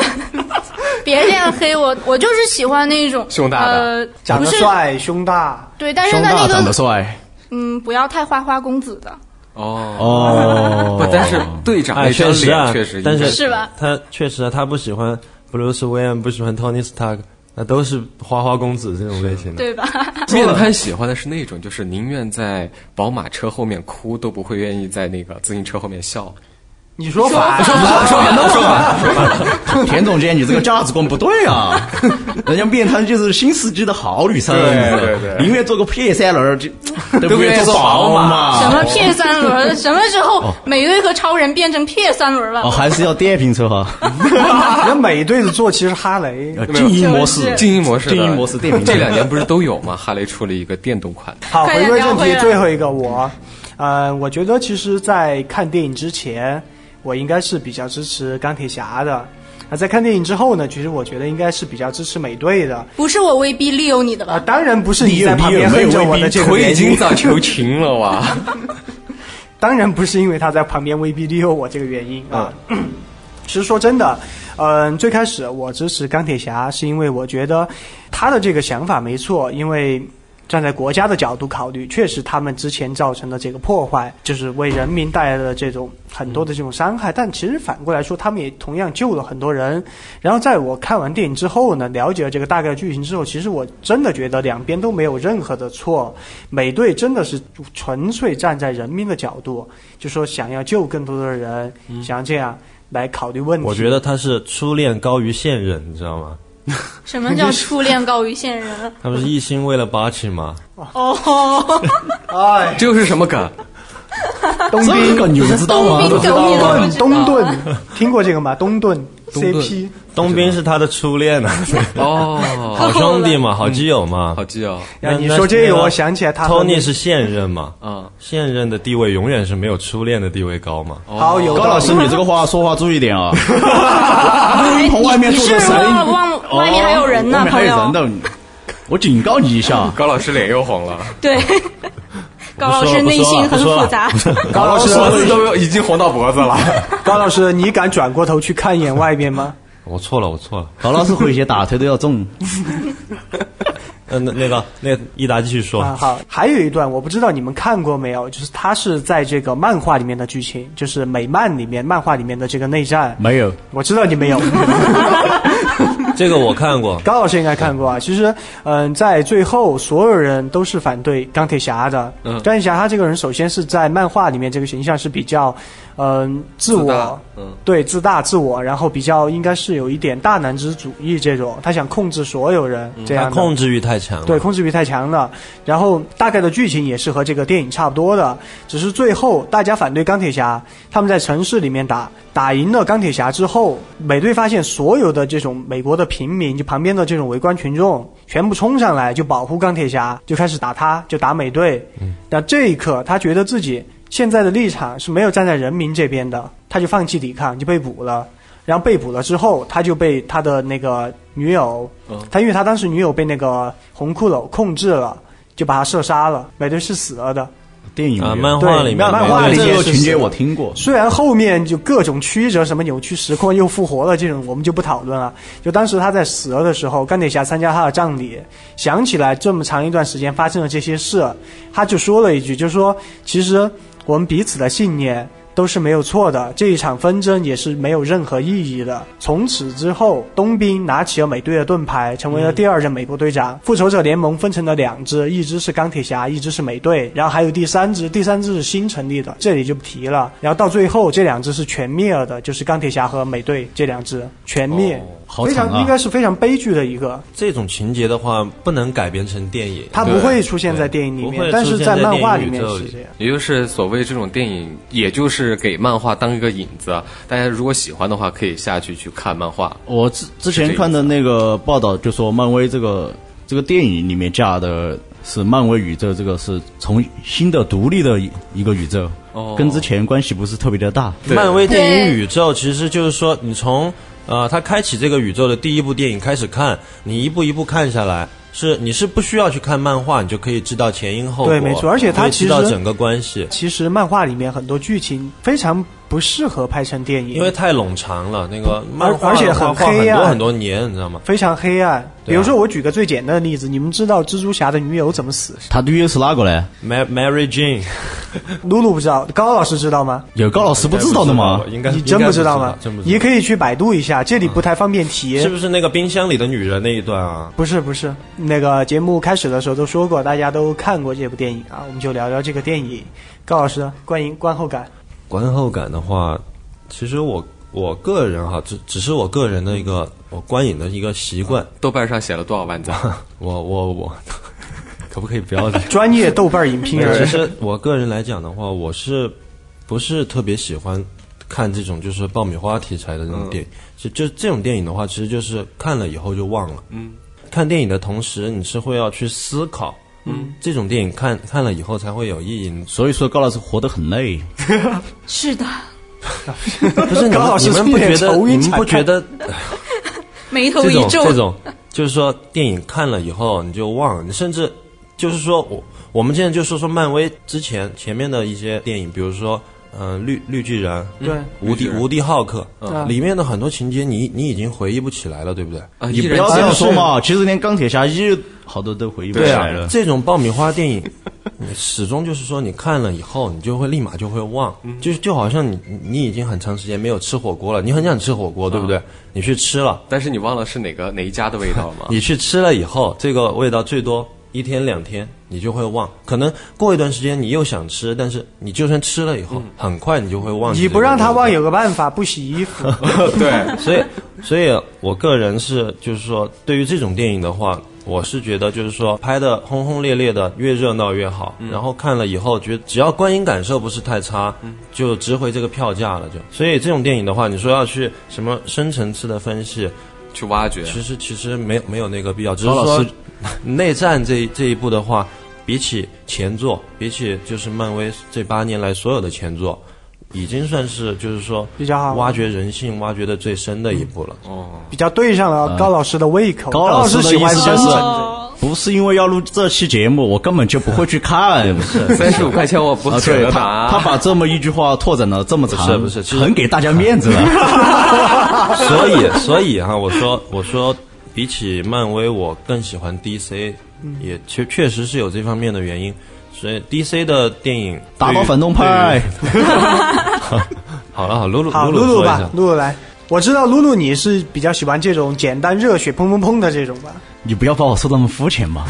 Speaker 3: 别这样黑我，我就是喜欢那种
Speaker 2: 胸大的
Speaker 3: 呃，
Speaker 1: 长
Speaker 3: 不
Speaker 1: 得
Speaker 3: 是
Speaker 1: 帅，胸大，
Speaker 3: 对，但是
Speaker 5: 胸
Speaker 3: 他
Speaker 5: 大
Speaker 3: 哎那
Speaker 5: 长得
Speaker 3: 个
Speaker 5: 帅
Speaker 3: 嗯，不要太花花公子的，
Speaker 2: 哦，
Speaker 5: 哦
Speaker 2: 不，但是队长
Speaker 4: 哎，
Speaker 2: 那张
Speaker 4: 确实啊
Speaker 2: 脸确实，应该，
Speaker 4: 但是
Speaker 3: 是吧？
Speaker 4: 他确实啊，他不喜欢布鲁斯·韦恩，不喜欢 Tony Stark，那都是花花公子这种类型的。
Speaker 3: 对吧？
Speaker 2: 面瘫喜欢的是那种，就是宁愿在宝马车后面哭，都不会愿意在那个自行车后面笑。
Speaker 1: 你说反 了，
Speaker 5: 田总监，你这个价值观不对啊！ 人家面瘫就是新世纪的好女生，
Speaker 2: 对对对
Speaker 5: 宁愿做个 PSL 就都不愿意做
Speaker 2: 宝马
Speaker 3: 什
Speaker 5: 马。
Speaker 3: 么 P 三轮，什么时候美队和超人变成 P 三轮了
Speaker 5: 哦，？还是要电瓶车哈，
Speaker 1: 那美队的座骑是哈雷，
Speaker 5: 呃静音模式，
Speaker 2: 静音模式的，
Speaker 5: 静音模式电瓶车
Speaker 2: 这两 年不是都有吗？哈雷出了一个电动款，
Speaker 1: 好，
Speaker 3: 快
Speaker 1: 回
Speaker 3: 点
Speaker 1: 归
Speaker 3: 聊
Speaker 1: 正
Speaker 3: 回
Speaker 1: 题，
Speaker 3: 来
Speaker 1: 最后一个我，呃，我觉得其实，在看电影之前，我应该是比较支持钢铁侠的。啊，在看电影之后呢，其实我觉得应该是比较支持美队的。
Speaker 3: 不是我威逼利诱你的
Speaker 1: 啊，
Speaker 3: 吧？
Speaker 1: 当然不是你在旁边
Speaker 5: 你有
Speaker 1: 哼
Speaker 5: 你有
Speaker 1: 着我的这个
Speaker 2: 我已
Speaker 1: 原
Speaker 2: 经
Speaker 1: 因，
Speaker 2: 早求情了哇！
Speaker 1: 当然不是因为他在旁边威逼利诱我这个原因啊。
Speaker 3: 嗯
Speaker 1: 其实说真的，嗯、最开始我支持钢铁侠，是因为我觉得他的这个想法没错，因为站在国家的角度考虑，确实他们之前造成的这个破坏，就是为人民带来了这种很多的这种伤害。但其实反过来说，他们也同样救了很多人。然后在我看完电影之后呢，了解了这个大概剧情之后，其实我真的觉得两边都没有任何的错。美队真的是纯粹站在人民的角度，就说想要救更多的人，想要这样来考虑问题。
Speaker 4: 我觉得他是初恋高于现任，你知道吗？
Speaker 3: 什么叫初恋高于现任？啊
Speaker 4: 他不是一心为了八七吗？
Speaker 3: 哦，
Speaker 1: 哎，
Speaker 2: 这又是什么梗？
Speaker 1: 东
Speaker 5: 这
Speaker 1: 兵
Speaker 5: 个你们知道吗？
Speaker 3: 东兵
Speaker 1: 东
Speaker 3: 你都不
Speaker 4: 啊
Speaker 1: 顿，
Speaker 3: 知道
Speaker 1: 东顿，听过这个吗？东顿
Speaker 2: 东顿
Speaker 1: CP，
Speaker 4: 东兵是他的初恋 啊，
Speaker 2: 哦，
Speaker 4: 好兄弟嘛，好基友嘛。
Speaker 2: 好记哦，
Speaker 1: 然嗯后你
Speaker 4: 那
Speaker 1: 说这个，啊
Speaker 4: 那
Speaker 1: 我想起来他和
Speaker 4: Tony 是现任嘛？
Speaker 2: 嗯，，
Speaker 4: 现任的地位永远是没有初恋的地位高嘛？
Speaker 1: 好有
Speaker 5: 高
Speaker 1: 道
Speaker 5: 老师，
Speaker 1: 理。
Speaker 5: 你这个话说话注意点啊！
Speaker 3: 哎
Speaker 5: 从外面
Speaker 3: 你
Speaker 5: 坐
Speaker 3: 是不是
Speaker 5: 着谁？
Speaker 3: 忘了忘外面还有人呢
Speaker 5: 哦外面还
Speaker 3: 朋友
Speaker 5: 有人的，我警告你一下
Speaker 2: 高老师脸又红了，
Speaker 3: 对， 高老师内心很复杂。
Speaker 1: 高老师，
Speaker 2: 脖子都已经红到脖子了。
Speaker 1: 高老师，你敢转过头去看一眼外面吗？
Speaker 4: 我错了，我错了。
Speaker 5: 高老师回去打腿都要中。
Speaker 1: 呃
Speaker 4: 嗯，那那个 那益达继续说
Speaker 1: 啊，，好，还有一段我不知道你们看过没有，就是它是在这个漫画里面的剧情，就是美漫里面漫画里面的这个内战。
Speaker 5: 没有，
Speaker 1: 我知道你们有，
Speaker 4: 这个我看
Speaker 2: 嗯
Speaker 4: 过。
Speaker 1: 高老师应该看过啊。其实，嗯、在最后，所有人都是反对钢铁侠的。
Speaker 2: 嗯
Speaker 1: 钢铁侠他这个人，首先是在漫画里面这个形象是比较，嗯、自我
Speaker 2: 自大嗯
Speaker 1: 对自大自我，然后比较应该是有一点大男子主义这种，他想控制所有人
Speaker 2: 嗯
Speaker 1: 这样
Speaker 4: 他
Speaker 1: 的、
Speaker 4: 控制欲太强了。
Speaker 1: 对，控制欲太强了。然后大概的剧情也是和这个电影差不多的，只是最后大家反对钢铁侠，他们在城市里面打，打赢了钢铁侠之后，美队发现所有的这种美国的平民，就旁边的这种围观群众，全部冲上来就保护钢铁侠，就开始打他，就打美队。那这一刻，他觉得自己现在的立场是没有站在人民这边的，他就放弃抵抗，就被捕了。然后被捕了之后，他就被他的那个女友，他因为他当时女友被那个红骷髅控制了，就把他射杀了。美队是死了的，
Speaker 5: 电影
Speaker 4: 啊，
Speaker 5: 没
Speaker 4: 漫
Speaker 5: 有
Speaker 4: 画里面，
Speaker 1: 对漫画里面
Speaker 5: 这个
Speaker 1: 是
Speaker 5: 情节我听过，
Speaker 1: 虽然后面就各种曲折，什么扭曲时空又复活了这种，我们就不讨论了。就当时他在死了的时候，钢铁侠参加他的葬礼，想起来这么长一段时间发生了这些事，他就说了一句，就说其实我们彼此的信念都是没有错的，这一场纷争也是没有任何意义的。从此之后，冬兵拿起了美队的盾牌，成为了第二任美国队长。复仇者联盟分成了两支，一支是钢铁侠，一支是美队，然后还有第三支，第三支是新成立的，这里就不提了。然后到最后，这两支是全灭了的，就是钢铁侠和美队这两支全灭，
Speaker 4: 哦
Speaker 5: 好
Speaker 1: 非
Speaker 5: 惨
Speaker 1: 常、
Speaker 5: 啊
Speaker 1: 应！该是非常悲剧的一个。
Speaker 4: 这种情节的话，不能改编成电影。
Speaker 1: 它不会出现在电影里
Speaker 4: 不
Speaker 1: 面
Speaker 4: 会，
Speaker 1: 但是
Speaker 4: 出现在
Speaker 1: 漫画里
Speaker 4: 电
Speaker 1: 面
Speaker 4: 影宇宙
Speaker 1: 是
Speaker 4: 里
Speaker 1: 这样。
Speaker 2: 也就是所谓这种电影，也就是给漫画当一个引子。大家如果喜欢的话，可以下去去看漫画。
Speaker 5: 我之之前看的那个报道就说，漫威这个这个电影里面架的是漫威宇宙，这个是从新的独立的一一个宇宙，
Speaker 2: 哦
Speaker 5: 跟之前关系不是特别的大。
Speaker 4: 漫威电影宇宙其实就是说，你从呃它开启这个宇宙的第一部电影开始看，你一步一步看下来，是你是不需要去看漫画，你就可以知道前因后果，
Speaker 1: 对没错而且它
Speaker 4: 可以知道
Speaker 1: 其实
Speaker 4: 整个关系，
Speaker 1: 其实漫画里面很多剧情非常不适合拍成电影，
Speaker 4: 因为太冗长了。那个漫画
Speaker 1: 而且
Speaker 4: 的话
Speaker 1: 很
Speaker 4: 画
Speaker 1: 黑
Speaker 4: 很
Speaker 1: 暗
Speaker 4: 多很多年，你知道吗？
Speaker 1: 非常黑暗。比
Speaker 4: 对啊
Speaker 1: 如说，我举个最简单的例子，你们知道蜘蛛侠的女友怎么死？
Speaker 5: 他女友是哪个呢？
Speaker 4: Mar- Mary Jane，
Speaker 1: 露露不知道，高老师知道吗？
Speaker 5: 有高老师不知道的吗？
Speaker 4: 应该
Speaker 1: 你真不知道
Speaker 4: 应该
Speaker 1: 吗
Speaker 4: 不真不？知
Speaker 1: 你
Speaker 4: 道。
Speaker 1: 可以去百度一下，这里不太方便提。
Speaker 4: 是不是那个冰箱里的女人那一段啊？
Speaker 1: 不是不是，那个节目开始的时候都说过，大家都看过这部电影啊，我们就聊聊这个电影。高老师，观影观后感，
Speaker 4: 观后感的话，其实我我个人哈，只只是我个人的一个我观影的一个习惯。
Speaker 2: 豆瓣上写了多少万字？啊
Speaker 4: 我我我，可不可以不要这样？
Speaker 1: 专业豆瓣影评
Speaker 4: 其
Speaker 1: 人，
Speaker 4: 实我个人来讲的话，我是不是特别喜欢看这种就是爆米花题材的那种电影？就就这种电影的话，其实就是看了以后就忘了。嗯，看电影的同时，你是会要去思考。嗯，这种电影看看了以后才会有意义。
Speaker 5: 所以说高老师活得很累。
Speaker 3: 是的，
Speaker 4: 不是你
Speaker 1: 高
Speaker 4: 们
Speaker 1: 老师
Speaker 4: 你们
Speaker 1: 是
Speaker 4: 不
Speaker 1: 一脸
Speaker 4: 觉得
Speaker 1: 愁
Speaker 4: 你
Speaker 1: 云
Speaker 4: 们
Speaker 1: 惨
Speaker 4: 不觉得
Speaker 3: 眉头
Speaker 4: 这
Speaker 3: 一
Speaker 4: 种
Speaker 3: 皱
Speaker 4: 这。种，就是说电影看了以后你就忘了，你甚至就是说我我们现在就说说漫威之前前面的一些电影，比如说嗯、呃绿绿巨人、
Speaker 1: 对，
Speaker 4: 无敌无敌浩克，
Speaker 1: 嗯
Speaker 4: 里面的很多情节你你已经回忆不起来了，对不对？
Speaker 2: 啊，
Speaker 5: 你
Speaker 2: 依
Speaker 5: 不
Speaker 2: 然
Speaker 5: 要这
Speaker 2: 记
Speaker 5: 样
Speaker 2: 得
Speaker 5: 说嘛，其实连钢铁侠一好多都回忆不
Speaker 4: 对
Speaker 5: 起
Speaker 4: 啊
Speaker 5: 来了，。
Speaker 4: 这种爆米花电影， 你始终就是说，你看了以后，你就会立马就会忘，就是就好像你你已经很长时间没有吃火锅了，你很想吃火锅，对不对？你去吃了，
Speaker 2: 但是你忘了是哪个哪一家的味道吗？
Speaker 4: 你去吃了以后，这个味道最多一天两天，你就会忘。可能过一段时间你又想吃，但是你就算吃了以后，很快你就会忘记。
Speaker 1: 你不让他忘，有个办法，不洗衣服。
Speaker 2: 对，
Speaker 4: 所以，所以我个人是就是说，对于这种电影的话，我是觉得就是说拍的轰轰烈烈的，越热闹越好。然后看了以后，觉得只要观影感受不是太差，就值回这个票价了。就所以这种电影的话，你说要去什么深层次的分析，
Speaker 2: 去挖掘。
Speaker 4: 其实其实没有没有那个必要，只是
Speaker 5: 曹老
Speaker 4: 说
Speaker 5: 师
Speaker 4: 内战这一这一步的话，比起前作，比起就是漫威这八年来所有的前作，已经算是就是说
Speaker 1: 比较好
Speaker 4: 挖掘人性挖掘的最深的一步了。
Speaker 1: 比较对上了高老师的胃口。
Speaker 5: 高
Speaker 1: 老
Speaker 5: 老师
Speaker 1: 喜欢
Speaker 5: 的意思
Speaker 1: 深
Speaker 5: 就是
Speaker 1: 层的，
Speaker 3: 哦，
Speaker 5: 不是因为要录这期节目，我根本就不会去看。
Speaker 2: 三十五块钱我不
Speaker 5: 啊，
Speaker 2: 舍
Speaker 5: 对
Speaker 2: 得
Speaker 5: 他，他
Speaker 2: 拿，
Speaker 5: 把这么一句话拓展了这么长，
Speaker 4: 不是不是其实
Speaker 5: 很给大家面子了。
Speaker 4: 所以所以哈、我说我说比起漫威，我更喜欢 DC，、也确确实是有这方面的原因。所以 DC 的电影
Speaker 5: 打倒反动派，
Speaker 4: 好了好，露露
Speaker 1: 好，
Speaker 4: 露
Speaker 1: 露
Speaker 4: 说
Speaker 1: 露啊
Speaker 4: 一
Speaker 1: 吧
Speaker 4: 下，，
Speaker 1: 露露来。我知道露露你是比较喜欢这种简单热血砰砰砰的这种吧？
Speaker 5: 你不要把我说那么肤浅 嘛。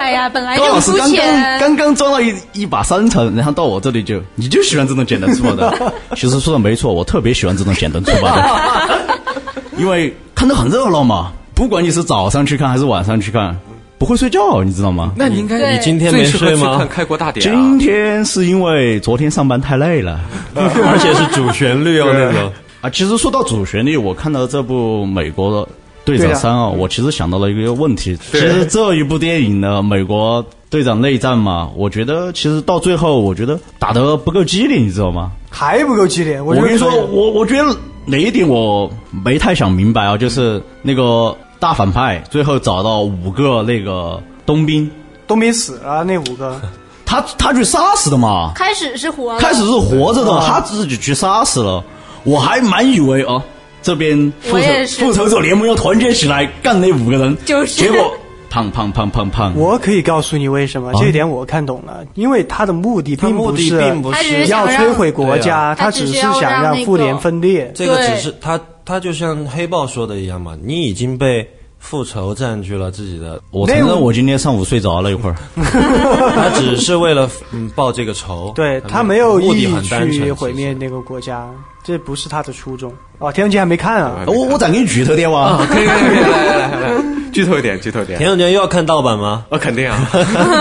Speaker 3: 哎呀，本来
Speaker 5: 高
Speaker 3: 就
Speaker 5: 老师
Speaker 3: 肤
Speaker 5: 刚刚
Speaker 3: 浅，
Speaker 5: 刚刚装了一一把三层，然后到我这里就你就喜欢这种简单粗暴的。 其实说的没错，我特别喜欢这种简单粗暴的， 因为看得很热闹嘛。不管你是早上去看还是晚上去看，不会睡觉，你知道吗？
Speaker 2: 那你应该
Speaker 3: 对
Speaker 4: 你今天没
Speaker 2: 最适合
Speaker 4: 睡
Speaker 2: 去看
Speaker 4: 吗？
Speaker 2: 《开国大典》
Speaker 5: 今
Speaker 2: 啊。
Speaker 5: 天是因为昨天上班太累了。
Speaker 4: 而且是主旋律哦那种。
Speaker 5: 啊，其实说到主旋律，我看到这部美国的《队
Speaker 1: 对的
Speaker 5: 长三》啊，我其实想到了一个问题。其实这一部电影呢，美国队长内战嘛，我觉得其实到最后，我觉得打得不够激烈，你知道吗？
Speaker 1: 还不够激烈，我
Speaker 5: 我
Speaker 1: 觉得
Speaker 5: 跟你说
Speaker 1: 可以，
Speaker 5: 我我觉得哪一点我没太想明白啊，就是那个大反派最后找到五个那个冬兵，
Speaker 1: 都没死啊，那五 个。
Speaker 5: 他他去杀死的嘛。
Speaker 3: 开始是活了，
Speaker 5: 开始是活着
Speaker 3: 嗯
Speaker 5: 的，他自己去杀死了。我还蛮以为哦，这边复
Speaker 3: 我
Speaker 5: 仇
Speaker 3: 也是
Speaker 5: 复仇者联盟要团结起来干那五个人，
Speaker 3: 就是
Speaker 5: 结果砰砰砰砰砰，
Speaker 1: 我可以告诉你为什么，这一点我看懂了，因为他的目的
Speaker 4: 啊他
Speaker 1: 并
Speaker 4: 目
Speaker 1: 不
Speaker 4: 的
Speaker 1: 是
Speaker 4: 并不
Speaker 3: 他只是
Speaker 1: 要
Speaker 3: 想
Speaker 1: 摧
Speaker 3: 让
Speaker 1: 毁国
Speaker 4: 对
Speaker 1: 家，
Speaker 4: 啊
Speaker 1: 他
Speaker 3: 他
Speaker 1: 只
Speaker 3: 只
Speaker 1: 是
Speaker 3: 是要
Speaker 1: 想
Speaker 3: 让
Speaker 1: 让
Speaker 3: 那
Speaker 1: 妇联
Speaker 3: 个
Speaker 1: 分裂。
Speaker 4: 这个只
Speaker 3: 对
Speaker 4: 是他，他就像黑豹说的一样嘛，你已经被复仇占据了自己的，
Speaker 5: 我承认我今天上午睡着了一 会儿，
Speaker 4: 他只是为了嗯报这个仇，
Speaker 1: 对
Speaker 4: 他
Speaker 1: 他没有
Speaker 4: 目
Speaker 1: 意
Speaker 4: 的
Speaker 1: 义
Speaker 4: 很单
Speaker 1: 去
Speaker 4: 纯，
Speaker 1: 毁灭
Speaker 4: 其实。
Speaker 1: 那个国家，这不是他的初衷。哦，田永杰还没看 啊，
Speaker 5: 我我咋给你举头电
Speaker 3: 啊
Speaker 5: 话？
Speaker 2: 啊可以可以可以，来来来来，剧透一点，剧透一点。
Speaker 4: 田永杰又要看盗版吗？
Speaker 2: 我肯定 啊，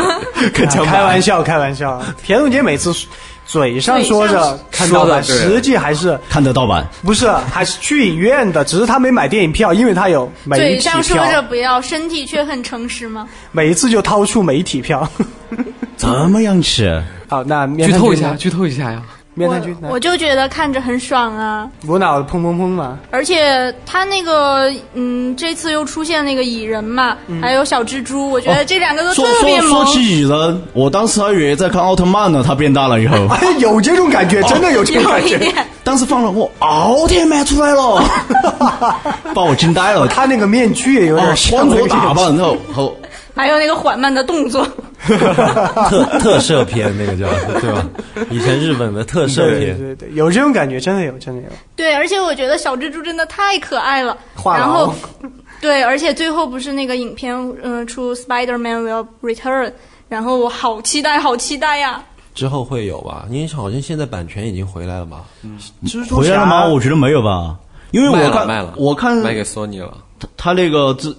Speaker 1: 啊开玩笑，开玩笑。田永杰每次嘴上说
Speaker 3: 嘴
Speaker 1: 着
Speaker 3: 上
Speaker 1: 看到
Speaker 2: 说
Speaker 1: 了，
Speaker 2: 的对
Speaker 1: 实际还是
Speaker 5: 看得到版，
Speaker 1: 不是还是去影院的，只是他没买电影票，因为他有媒
Speaker 3: 嘴
Speaker 1: 体
Speaker 3: 上说着
Speaker 1: 票，
Speaker 3: 不要，身体却很诚实吗？
Speaker 1: 每一次就掏出媒体票。
Speaker 5: 怎么样起？
Speaker 3: 啊
Speaker 1: 好，那面
Speaker 2: 剧
Speaker 1: 瘫
Speaker 2: 透一
Speaker 1: 君
Speaker 2: 下，
Speaker 1: 呢，
Speaker 2: 剧透一下呀。
Speaker 1: 面瘫君呢，
Speaker 3: 我就觉得看着很爽啊，
Speaker 1: 无脑砰砰砰嘛。
Speaker 3: 而且他那个嗯，这次又出现那个蚁人嘛，还有小蜘蛛，我觉得这两个都
Speaker 5: 说
Speaker 3: 特
Speaker 5: 说
Speaker 3: 别
Speaker 5: 说
Speaker 3: 萌。
Speaker 5: 起蚁人，我当时还以为在看奥特曼呢，他变大了以后，
Speaker 1: 哎，有这种感觉，真的有这种
Speaker 3: 有
Speaker 1: 感
Speaker 3: 一
Speaker 1: 觉。
Speaker 3: 点，
Speaker 5: 当时放了我奥特曼出来 了，把我惊呆了。
Speaker 1: 他那个面具也有
Speaker 5: 啊
Speaker 1: 点，
Speaker 5: 穿
Speaker 1: 像那
Speaker 5: 着
Speaker 1: 个
Speaker 5: 打扮，然后 后
Speaker 3: 还有那个缓慢的动作，
Speaker 4: 特特摄片那个叫 对啊吧？以前日本 的特摄
Speaker 1: 对对
Speaker 4: 片，
Speaker 1: 对对，有这种感觉，真的有，真的有。
Speaker 3: 对，而且我觉得小蜘蛛真的太可爱了。
Speaker 1: 话痨
Speaker 3: 然后，对，而且最后不是那个影片，嗯、出 Spider-Man Will Return，然后我好期待，好期待呀、
Speaker 4: 之后会有吧？因为好像现在版权已经回来了吧？
Speaker 1: 蜘蛛
Speaker 5: 回来
Speaker 1: 侠
Speaker 5: 了吗？我觉得没有吧，因为
Speaker 2: 卖
Speaker 5: 我
Speaker 2: 了
Speaker 5: 看
Speaker 2: 卖了，
Speaker 5: 我看
Speaker 2: 卖给索尼了。
Speaker 5: 他那个蜘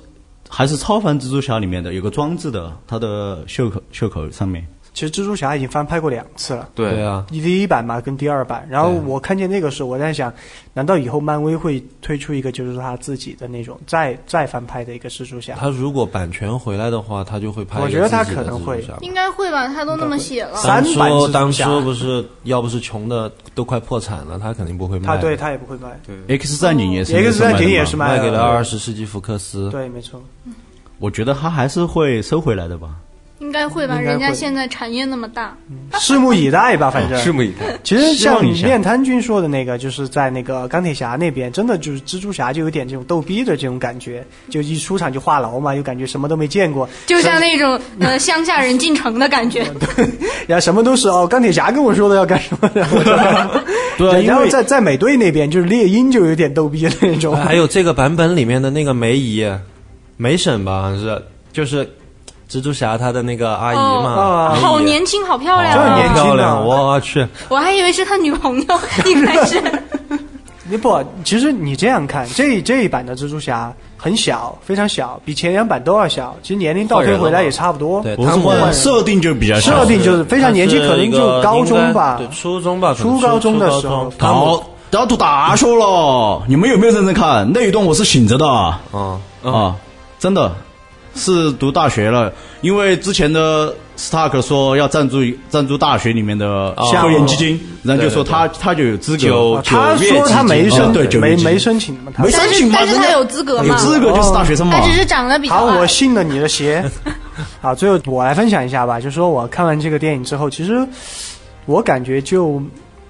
Speaker 5: 还是超凡蜘蛛侠里面的有个装置的，他的袖口袖口上面。
Speaker 1: 其实蜘蛛侠已经翻拍过两次了。
Speaker 2: 对
Speaker 4: 对，啊，
Speaker 1: 第一版嘛，跟第二版，然后我看见那个时候，我在想，难道以后漫威会推出一个就是他自己的那种再再翻拍的一个蜘蛛侠？
Speaker 4: 他如果版权回来的话，他就会拍一个
Speaker 1: 我觉得他
Speaker 4: 自己的
Speaker 1: 可能
Speaker 4: 蜘蛛
Speaker 1: 会
Speaker 4: 侠吧
Speaker 3: 应该会吧，他都那么写了。
Speaker 1: 三版蜘蛛
Speaker 4: 说
Speaker 1: 侠
Speaker 4: 当初不是要不是穷的都快破产了，他肯定不会卖
Speaker 1: 他
Speaker 4: 的。嗯
Speaker 1: 对他也不会卖。
Speaker 5: X 战警也是
Speaker 1: X 战警也是
Speaker 5: 卖
Speaker 1: 卖
Speaker 4: 卖
Speaker 1: 的
Speaker 4: 给了二十世纪福克斯。
Speaker 1: 对，没错。
Speaker 5: 的嘛，我觉得他还是会收回来的吧。
Speaker 3: 应该会吧？
Speaker 1: 应该会
Speaker 3: 人家现在产业那么大，
Speaker 1: 拭目以待吧，反正。
Speaker 2: 啊拭目以待。
Speaker 1: 其实
Speaker 4: 希
Speaker 1: 像
Speaker 4: 望一下
Speaker 1: 面瘫君说的那个，就是在那个钢铁侠那边，真的就是蜘蛛侠就有点这种逗逼的这种感觉，就一出场就话痨嘛，又感觉什么都没见过，
Speaker 3: 就像那种呃乡下人进城的感 觉。
Speaker 1: 然后什么都是哦，钢铁侠跟我说的要干什么，然后我就
Speaker 4: 对啊因为
Speaker 1: 然后在在美队那边就是猎鹰就有点逗逼的那 种，
Speaker 4: 还有这个版本里面的那个梅姨，梅婶吧，好像是就是蜘蛛侠他的那个阿姨
Speaker 1: 哦
Speaker 4: 嘛，
Speaker 1: 啊
Speaker 4: 梅姨
Speaker 3: 好年轻，好漂亮、
Speaker 1: 这
Speaker 4: 好
Speaker 1: 样年轻
Speaker 3: 啊！
Speaker 1: 啊
Speaker 4: 漂亮，我去，
Speaker 3: 我还以为是他女朋 友，一开始。
Speaker 1: 你不，其实你这样看，这这一版的蜘蛛侠很小，非常小，比前两版都要小。其实年龄倒推回来也差不多。
Speaker 4: 对，
Speaker 5: 不是
Speaker 4: 他们
Speaker 5: 换设定就比较小
Speaker 1: 设定就是非常年轻，
Speaker 4: 他
Speaker 1: 可
Speaker 4: 是一
Speaker 1: 能
Speaker 4: 个
Speaker 1: 就高
Speaker 4: 应该
Speaker 1: 中吧
Speaker 4: 对，。初中吧，可能
Speaker 1: 初高中的时候
Speaker 4: 初高中
Speaker 5: 好，打赌打说了，你们有没有认真看？那一段我是醒着的啊、
Speaker 4: 嗯，
Speaker 5: 啊，真的是读大学了，因为之前的 Stark 说要赞助赞助大学里面的
Speaker 4: 哦
Speaker 5: 科研基金，然后就说
Speaker 4: 对对对
Speaker 5: 他他就有资格，
Speaker 4: 九
Speaker 1: 啊他说他没
Speaker 5: 啊
Speaker 1: 申，
Speaker 5: 对九
Speaker 1: 没
Speaker 5: 月基金
Speaker 1: 没申请嘛，他
Speaker 5: 没申
Speaker 3: 但是
Speaker 5: 请嘛
Speaker 3: 但是
Speaker 5: 人
Speaker 3: 他
Speaker 5: 家
Speaker 3: 有资格
Speaker 5: 有
Speaker 3: 嘛？
Speaker 5: 资格就是大学生嘛
Speaker 1: 哦
Speaker 3: 他。只是长得比较
Speaker 1: 好，
Speaker 5: 啊
Speaker 3: 矮
Speaker 1: 我。信了你的邪。 啊，最后我来分享一下吧，就说我看完这个电影之后，其实我感觉就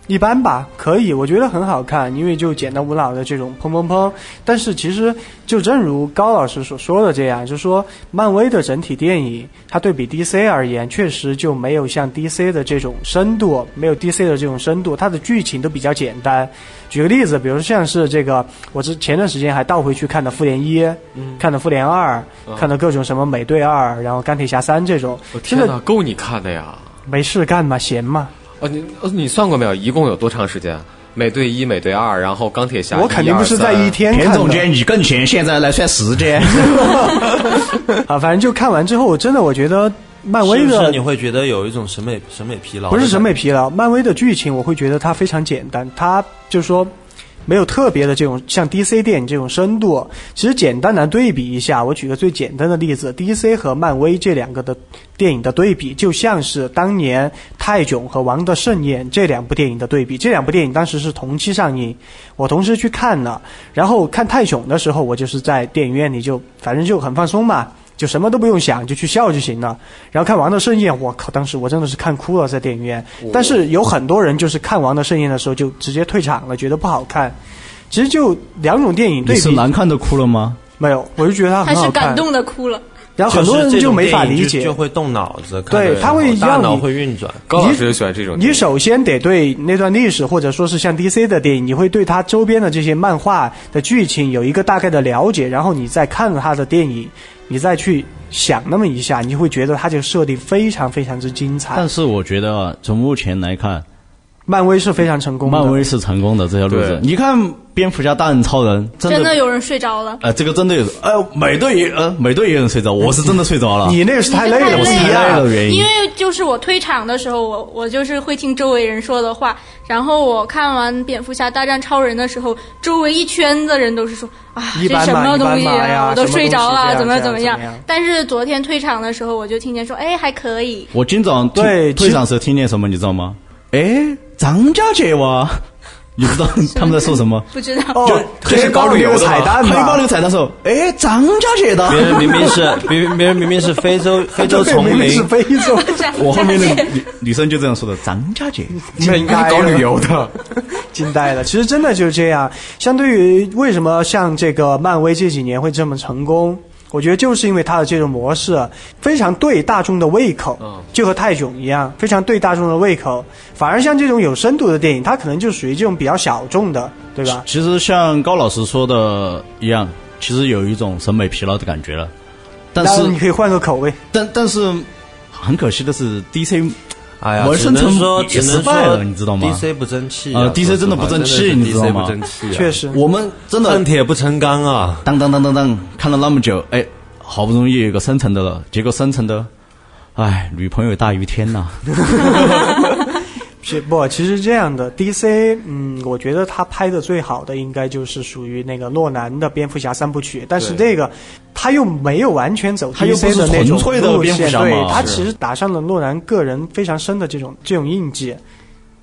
Speaker 1: 一般吧，可以，我觉得很好看，因为就简单无脑的这种砰砰砰。但是其实就正如高老师所说的这样，就说漫威的整体电影，它对 比 DC 而言，确实就没有像 DC 的这种深度，没有 DC 的这种深度，它的剧情都比较简单。举个例子，比如像是这个，我之前段时间还倒回去看的《复联一》，
Speaker 2: 嗯
Speaker 1: 看的《复联二》，看的各种什么《美队二》，然后《钢铁侠三》这种，
Speaker 2: 哦我
Speaker 1: 真的
Speaker 2: 天哪，够你看的呀！
Speaker 1: 没事干嘛，闲嘛。
Speaker 2: 哦，你哦你算过没有？一共有多长时间？美队一、美队二，然后钢铁侠，
Speaker 1: 我肯定不是在一
Speaker 2: 一
Speaker 1: 天
Speaker 5: 田
Speaker 1: 看
Speaker 5: 总
Speaker 1: 的。
Speaker 5: 监，你更闲，现在来算 时间。
Speaker 1: 啊，反正就看完之后，真的哎我觉得漫威
Speaker 4: 是不
Speaker 1: 的
Speaker 4: 是你会觉得有一种审美审美疲劳？
Speaker 1: 不是审美，疲劳，漫威的剧情我会觉得它非常简单，它就是说没有特别的这种像 DC 电影这种深度。其实简单来对比一下，我举个最简单的例子，DC 和漫威这两个的电影的对比，就像是当年《泰囧》和《王的盛宴》这两部电影的对比。这两部电影当时是同期上映，我同时去看了。然后看《泰囧》的时候，我就是在电影院里就反正就很放松嘛。就什么都不用想，就去笑就行了。然后看《王的盛宴》，我靠，当时我真的是看哭了，在电影院。但是有很多人就是看《王的盛宴》的时候就直接退场了，觉得不好看。其实就两种电影
Speaker 5: 你
Speaker 1: 对
Speaker 5: 是
Speaker 1: 比，
Speaker 5: 难看的哭了吗？
Speaker 1: 没有，我就觉得它
Speaker 3: 他
Speaker 1: 很
Speaker 3: 是
Speaker 1: 好
Speaker 3: 感
Speaker 1: 看。
Speaker 3: 动的哭了。
Speaker 1: 然后很多人
Speaker 4: 就
Speaker 1: 没法理
Speaker 4: 是这种电影就
Speaker 1: 解
Speaker 4: 就。会动脑子，看
Speaker 1: 对
Speaker 4: 的
Speaker 1: 它会
Speaker 4: 人大
Speaker 1: 让
Speaker 4: 脑
Speaker 1: 你
Speaker 4: 会运转。
Speaker 2: 高老师就喜欢这种电
Speaker 1: 你
Speaker 2: 影。
Speaker 1: 首先得对那段历史，或者说是像 DC 的电影，你会对它周边的这些漫画的剧情有一个大概的了解，然后你再看了它的电影，你再去想那么一下，你就会觉得它这个设定非常非常之精彩
Speaker 5: 但。是我觉得啊，从目前来看，
Speaker 1: 漫威是非常成功的。
Speaker 5: 漫威是成功的这条路子
Speaker 2: 对。
Speaker 5: 你看蝙蝠侠、大人超人，真
Speaker 3: 真
Speaker 5: 的
Speaker 3: 的有人睡着了。
Speaker 5: 呃，这个真的有，呃，美队也，呃，美队也有人睡着，我是真的睡着 了。
Speaker 1: 你那个是太累了，
Speaker 3: 你
Speaker 1: 我
Speaker 3: 是
Speaker 1: 是
Speaker 3: 太
Speaker 1: 一
Speaker 3: 累
Speaker 1: 样
Speaker 5: 了
Speaker 1: 的。
Speaker 5: 原因
Speaker 3: 因为就是我退场的时候，我我就是会听周围人说的话。然后我看完《蝙蝠侠大战超人》的时候，周围一圈子人都是说啊，
Speaker 1: 一
Speaker 3: 这
Speaker 1: 般
Speaker 3: 什
Speaker 1: 嘛
Speaker 3: 么东
Speaker 1: 一
Speaker 3: 西
Speaker 1: 般嘛呀
Speaker 3: 啊，我都睡着了，
Speaker 1: 什
Speaker 3: 怎
Speaker 1: 么东西这
Speaker 3: 怎
Speaker 1: 样
Speaker 3: 么
Speaker 1: 这样这样
Speaker 3: 但是昨天退场的时候，我就听见说，哎，还可以。
Speaker 5: 我今早听
Speaker 1: 对
Speaker 5: 退场时听见什么，你知道吗？哎，张家界哇， 你知道他们在说什么？
Speaker 3: 不知道，
Speaker 1: 哦，
Speaker 2: 这是高
Speaker 1: 高
Speaker 2: 旅游
Speaker 1: 有
Speaker 2: 的
Speaker 1: 彩
Speaker 2: 吧
Speaker 1: 蛋
Speaker 5: 黑
Speaker 1: 吧
Speaker 5: 豹那？个彩蛋说，哎，张家界的
Speaker 4: 别。 人明明是别人别人明明是非洲非洲丛
Speaker 1: 明明
Speaker 4: 林
Speaker 1: 是，非洲，
Speaker 5: 我后面那
Speaker 3: 张 家
Speaker 5: 个
Speaker 3: 界
Speaker 5: 女女生就这样说的，张家界。
Speaker 2: 这应该是搞旅游的，
Speaker 1: 惊呆了。其实真的就是这样。相对于为什么像这个漫威这几年会这么成功，我觉得就是因为它的这种模式非常对大众的胃口，
Speaker 2: 嗯
Speaker 1: 就和泰囧一样，非常对大众的胃口。反而像这种有深度的电影，它可能就属于这种比较小众的，对吧？
Speaker 5: 其实像高老师说的一样，其实有一种审美疲劳的感觉了。但
Speaker 1: 当然你
Speaker 5: 是，
Speaker 1: 可以换个口味。
Speaker 5: 但但是，很可惜的是，DC
Speaker 4: 哎呀，
Speaker 5: 纹
Speaker 4: 只
Speaker 5: 身
Speaker 4: 能
Speaker 5: 成
Speaker 4: 说
Speaker 5: 也
Speaker 4: 只能
Speaker 5: 失败
Speaker 4: 说
Speaker 5: 了你知道吗
Speaker 4: ？DC 不争气啊
Speaker 5: 呃，DC 真的不争气你知道
Speaker 4: ？DC
Speaker 5: 吗
Speaker 4: 不争气啊，
Speaker 1: 确实，
Speaker 5: 我们真的
Speaker 4: 恨铁不成钢啊！
Speaker 5: 当当当当当，看了那么久，哎，好不容易有个深层的了，结果深层的，哎，女朋友大于天呐。
Speaker 1: 是不，其实这样的 DC，嗯，我觉得他拍的最好的应该就是属于那个诺兰的蝙蝠侠三部曲，但是这个他又没有完全走
Speaker 5: 他又
Speaker 1: DC
Speaker 5: 不
Speaker 1: 的
Speaker 5: 是
Speaker 1: 那种
Speaker 5: 纯粹的
Speaker 1: 路
Speaker 5: 蝙蝠
Speaker 1: 线，
Speaker 5: 侠嘛
Speaker 1: 对他
Speaker 5: 是
Speaker 1: 其实打上了诺兰个人非常深的这种这种印记。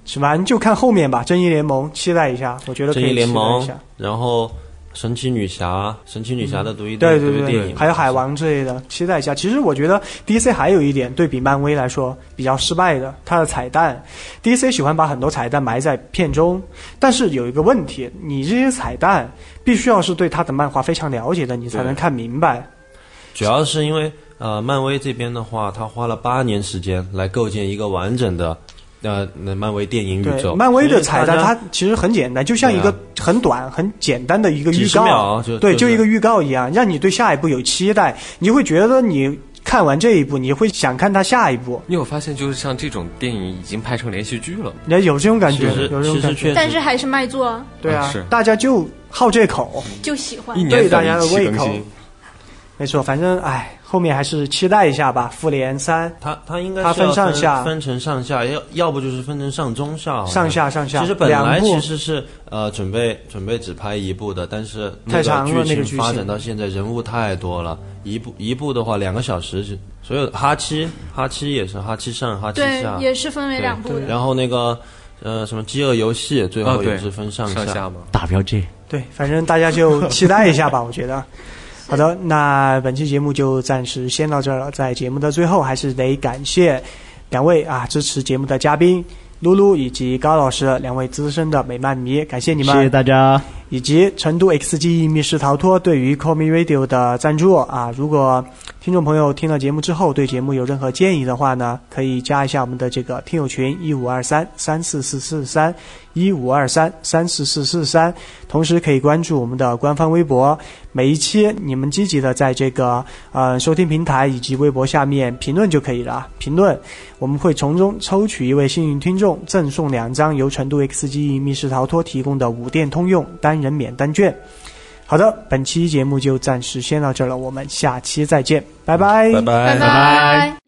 Speaker 1: 是吧？你就看后面吧，《正义联盟》期待一下，我觉得可
Speaker 4: 正
Speaker 1: 以
Speaker 4: 义联
Speaker 1: 期
Speaker 4: 盟
Speaker 1: 待一下。，
Speaker 4: 然后神奇女侠，神奇女侠的独立
Speaker 1: 嗯对对
Speaker 4: 电独立电
Speaker 1: 对，
Speaker 4: 影，
Speaker 1: 还有海王之类的，期待一下。其实我觉得 DC 还有一点对比漫威来说比较失败的，它的彩蛋，DC 喜欢把很多彩蛋埋在片中，但是有一个问题，你这些彩蛋必须要是对他的漫画非常了解的，你才能看明白。
Speaker 4: 主要是因为呃，漫威这边的话，他花了八年时间来构建一个完整的呃那漫威电影宇
Speaker 1: 对，
Speaker 4: 宙。
Speaker 1: 漫威的彩蛋
Speaker 4: 所以大
Speaker 1: 它
Speaker 4: 家
Speaker 1: 其实很简单，就像一个
Speaker 4: 对啊
Speaker 1: 很短、很简单的一个预
Speaker 4: 几十
Speaker 1: 告
Speaker 4: 秒，就
Speaker 1: 对，
Speaker 4: 就
Speaker 1: 就是一个预告一样，让你对下一部有期待，你会觉得你看完这一部，你会想看它下一部，
Speaker 2: 你有发现，就是像这种电影已经拍成连续剧了吗？
Speaker 1: 你有这种感觉
Speaker 4: 其，实
Speaker 1: 有这种
Speaker 4: 其实
Speaker 1: 感
Speaker 4: 确
Speaker 1: 觉，
Speaker 4: 实，
Speaker 3: 但是还是卖座，
Speaker 1: 对啊
Speaker 2: 嗯是，
Speaker 1: 大家就好这口，
Speaker 3: 就喜欢
Speaker 2: 一。年
Speaker 1: 对大
Speaker 2: 等
Speaker 1: 家
Speaker 2: 一
Speaker 1: 的
Speaker 2: 期
Speaker 1: 胃
Speaker 2: 更
Speaker 1: 口
Speaker 2: 新，。
Speaker 1: 没错，反正唉，后面还是期待一下吧，《复联三》
Speaker 4: 它它应该
Speaker 1: 它
Speaker 4: 是要
Speaker 1: 分上下
Speaker 4: 分成上下，要要不就是分成上中下好像
Speaker 1: 上下上下
Speaker 4: 其实本来
Speaker 1: 两部
Speaker 4: 其实是呃准备准备只拍一部的，但是那
Speaker 1: 太
Speaker 4: 个
Speaker 1: 长了那个剧
Speaker 4: 情
Speaker 1: 情
Speaker 4: 发展到现在人物太多了，一部一部的话两个小时是，所有哈七哈七也是哈七上哈七
Speaker 3: 对
Speaker 4: 下，，
Speaker 3: 也是分为两部的。
Speaker 4: 然后那个呃什么饥饿游戏最
Speaker 2: 啊，
Speaker 4: 后
Speaker 2: 对，
Speaker 4: 也是分上
Speaker 2: 上吗？
Speaker 5: 打标界。
Speaker 1: 对，反正大家就期待一下吧，我觉得。好的，那本期节目就暂时先到这儿了。在节目的最后，还是得感谢两位啊支持节目的嘉宾露露以及高老师两位资深的美漫迷，感谢你们。
Speaker 5: 谢谢大家，
Speaker 1: 以及成都 XG 密室逃脱对于 Call Me Radio 的赞助啊。如果听众朋友听了节目之后对节目有任何建议的话呢，可以加一下我们的这个听友群一五二三三四四四三一五二三三四四四三，同时可以关注我们的官方微博。每一期你们积极的在这个呃收听平台以及微博下面评论就可以了啊，评论。我们会从中抽取一位幸运听众，赠送两张由成都 XG 密室逃脱提供的五店通用单人免单券。好的，本期节目就暂时先到这儿了，我们下期再见，拜拜
Speaker 4: 拜拜
Speaker 3: 拜。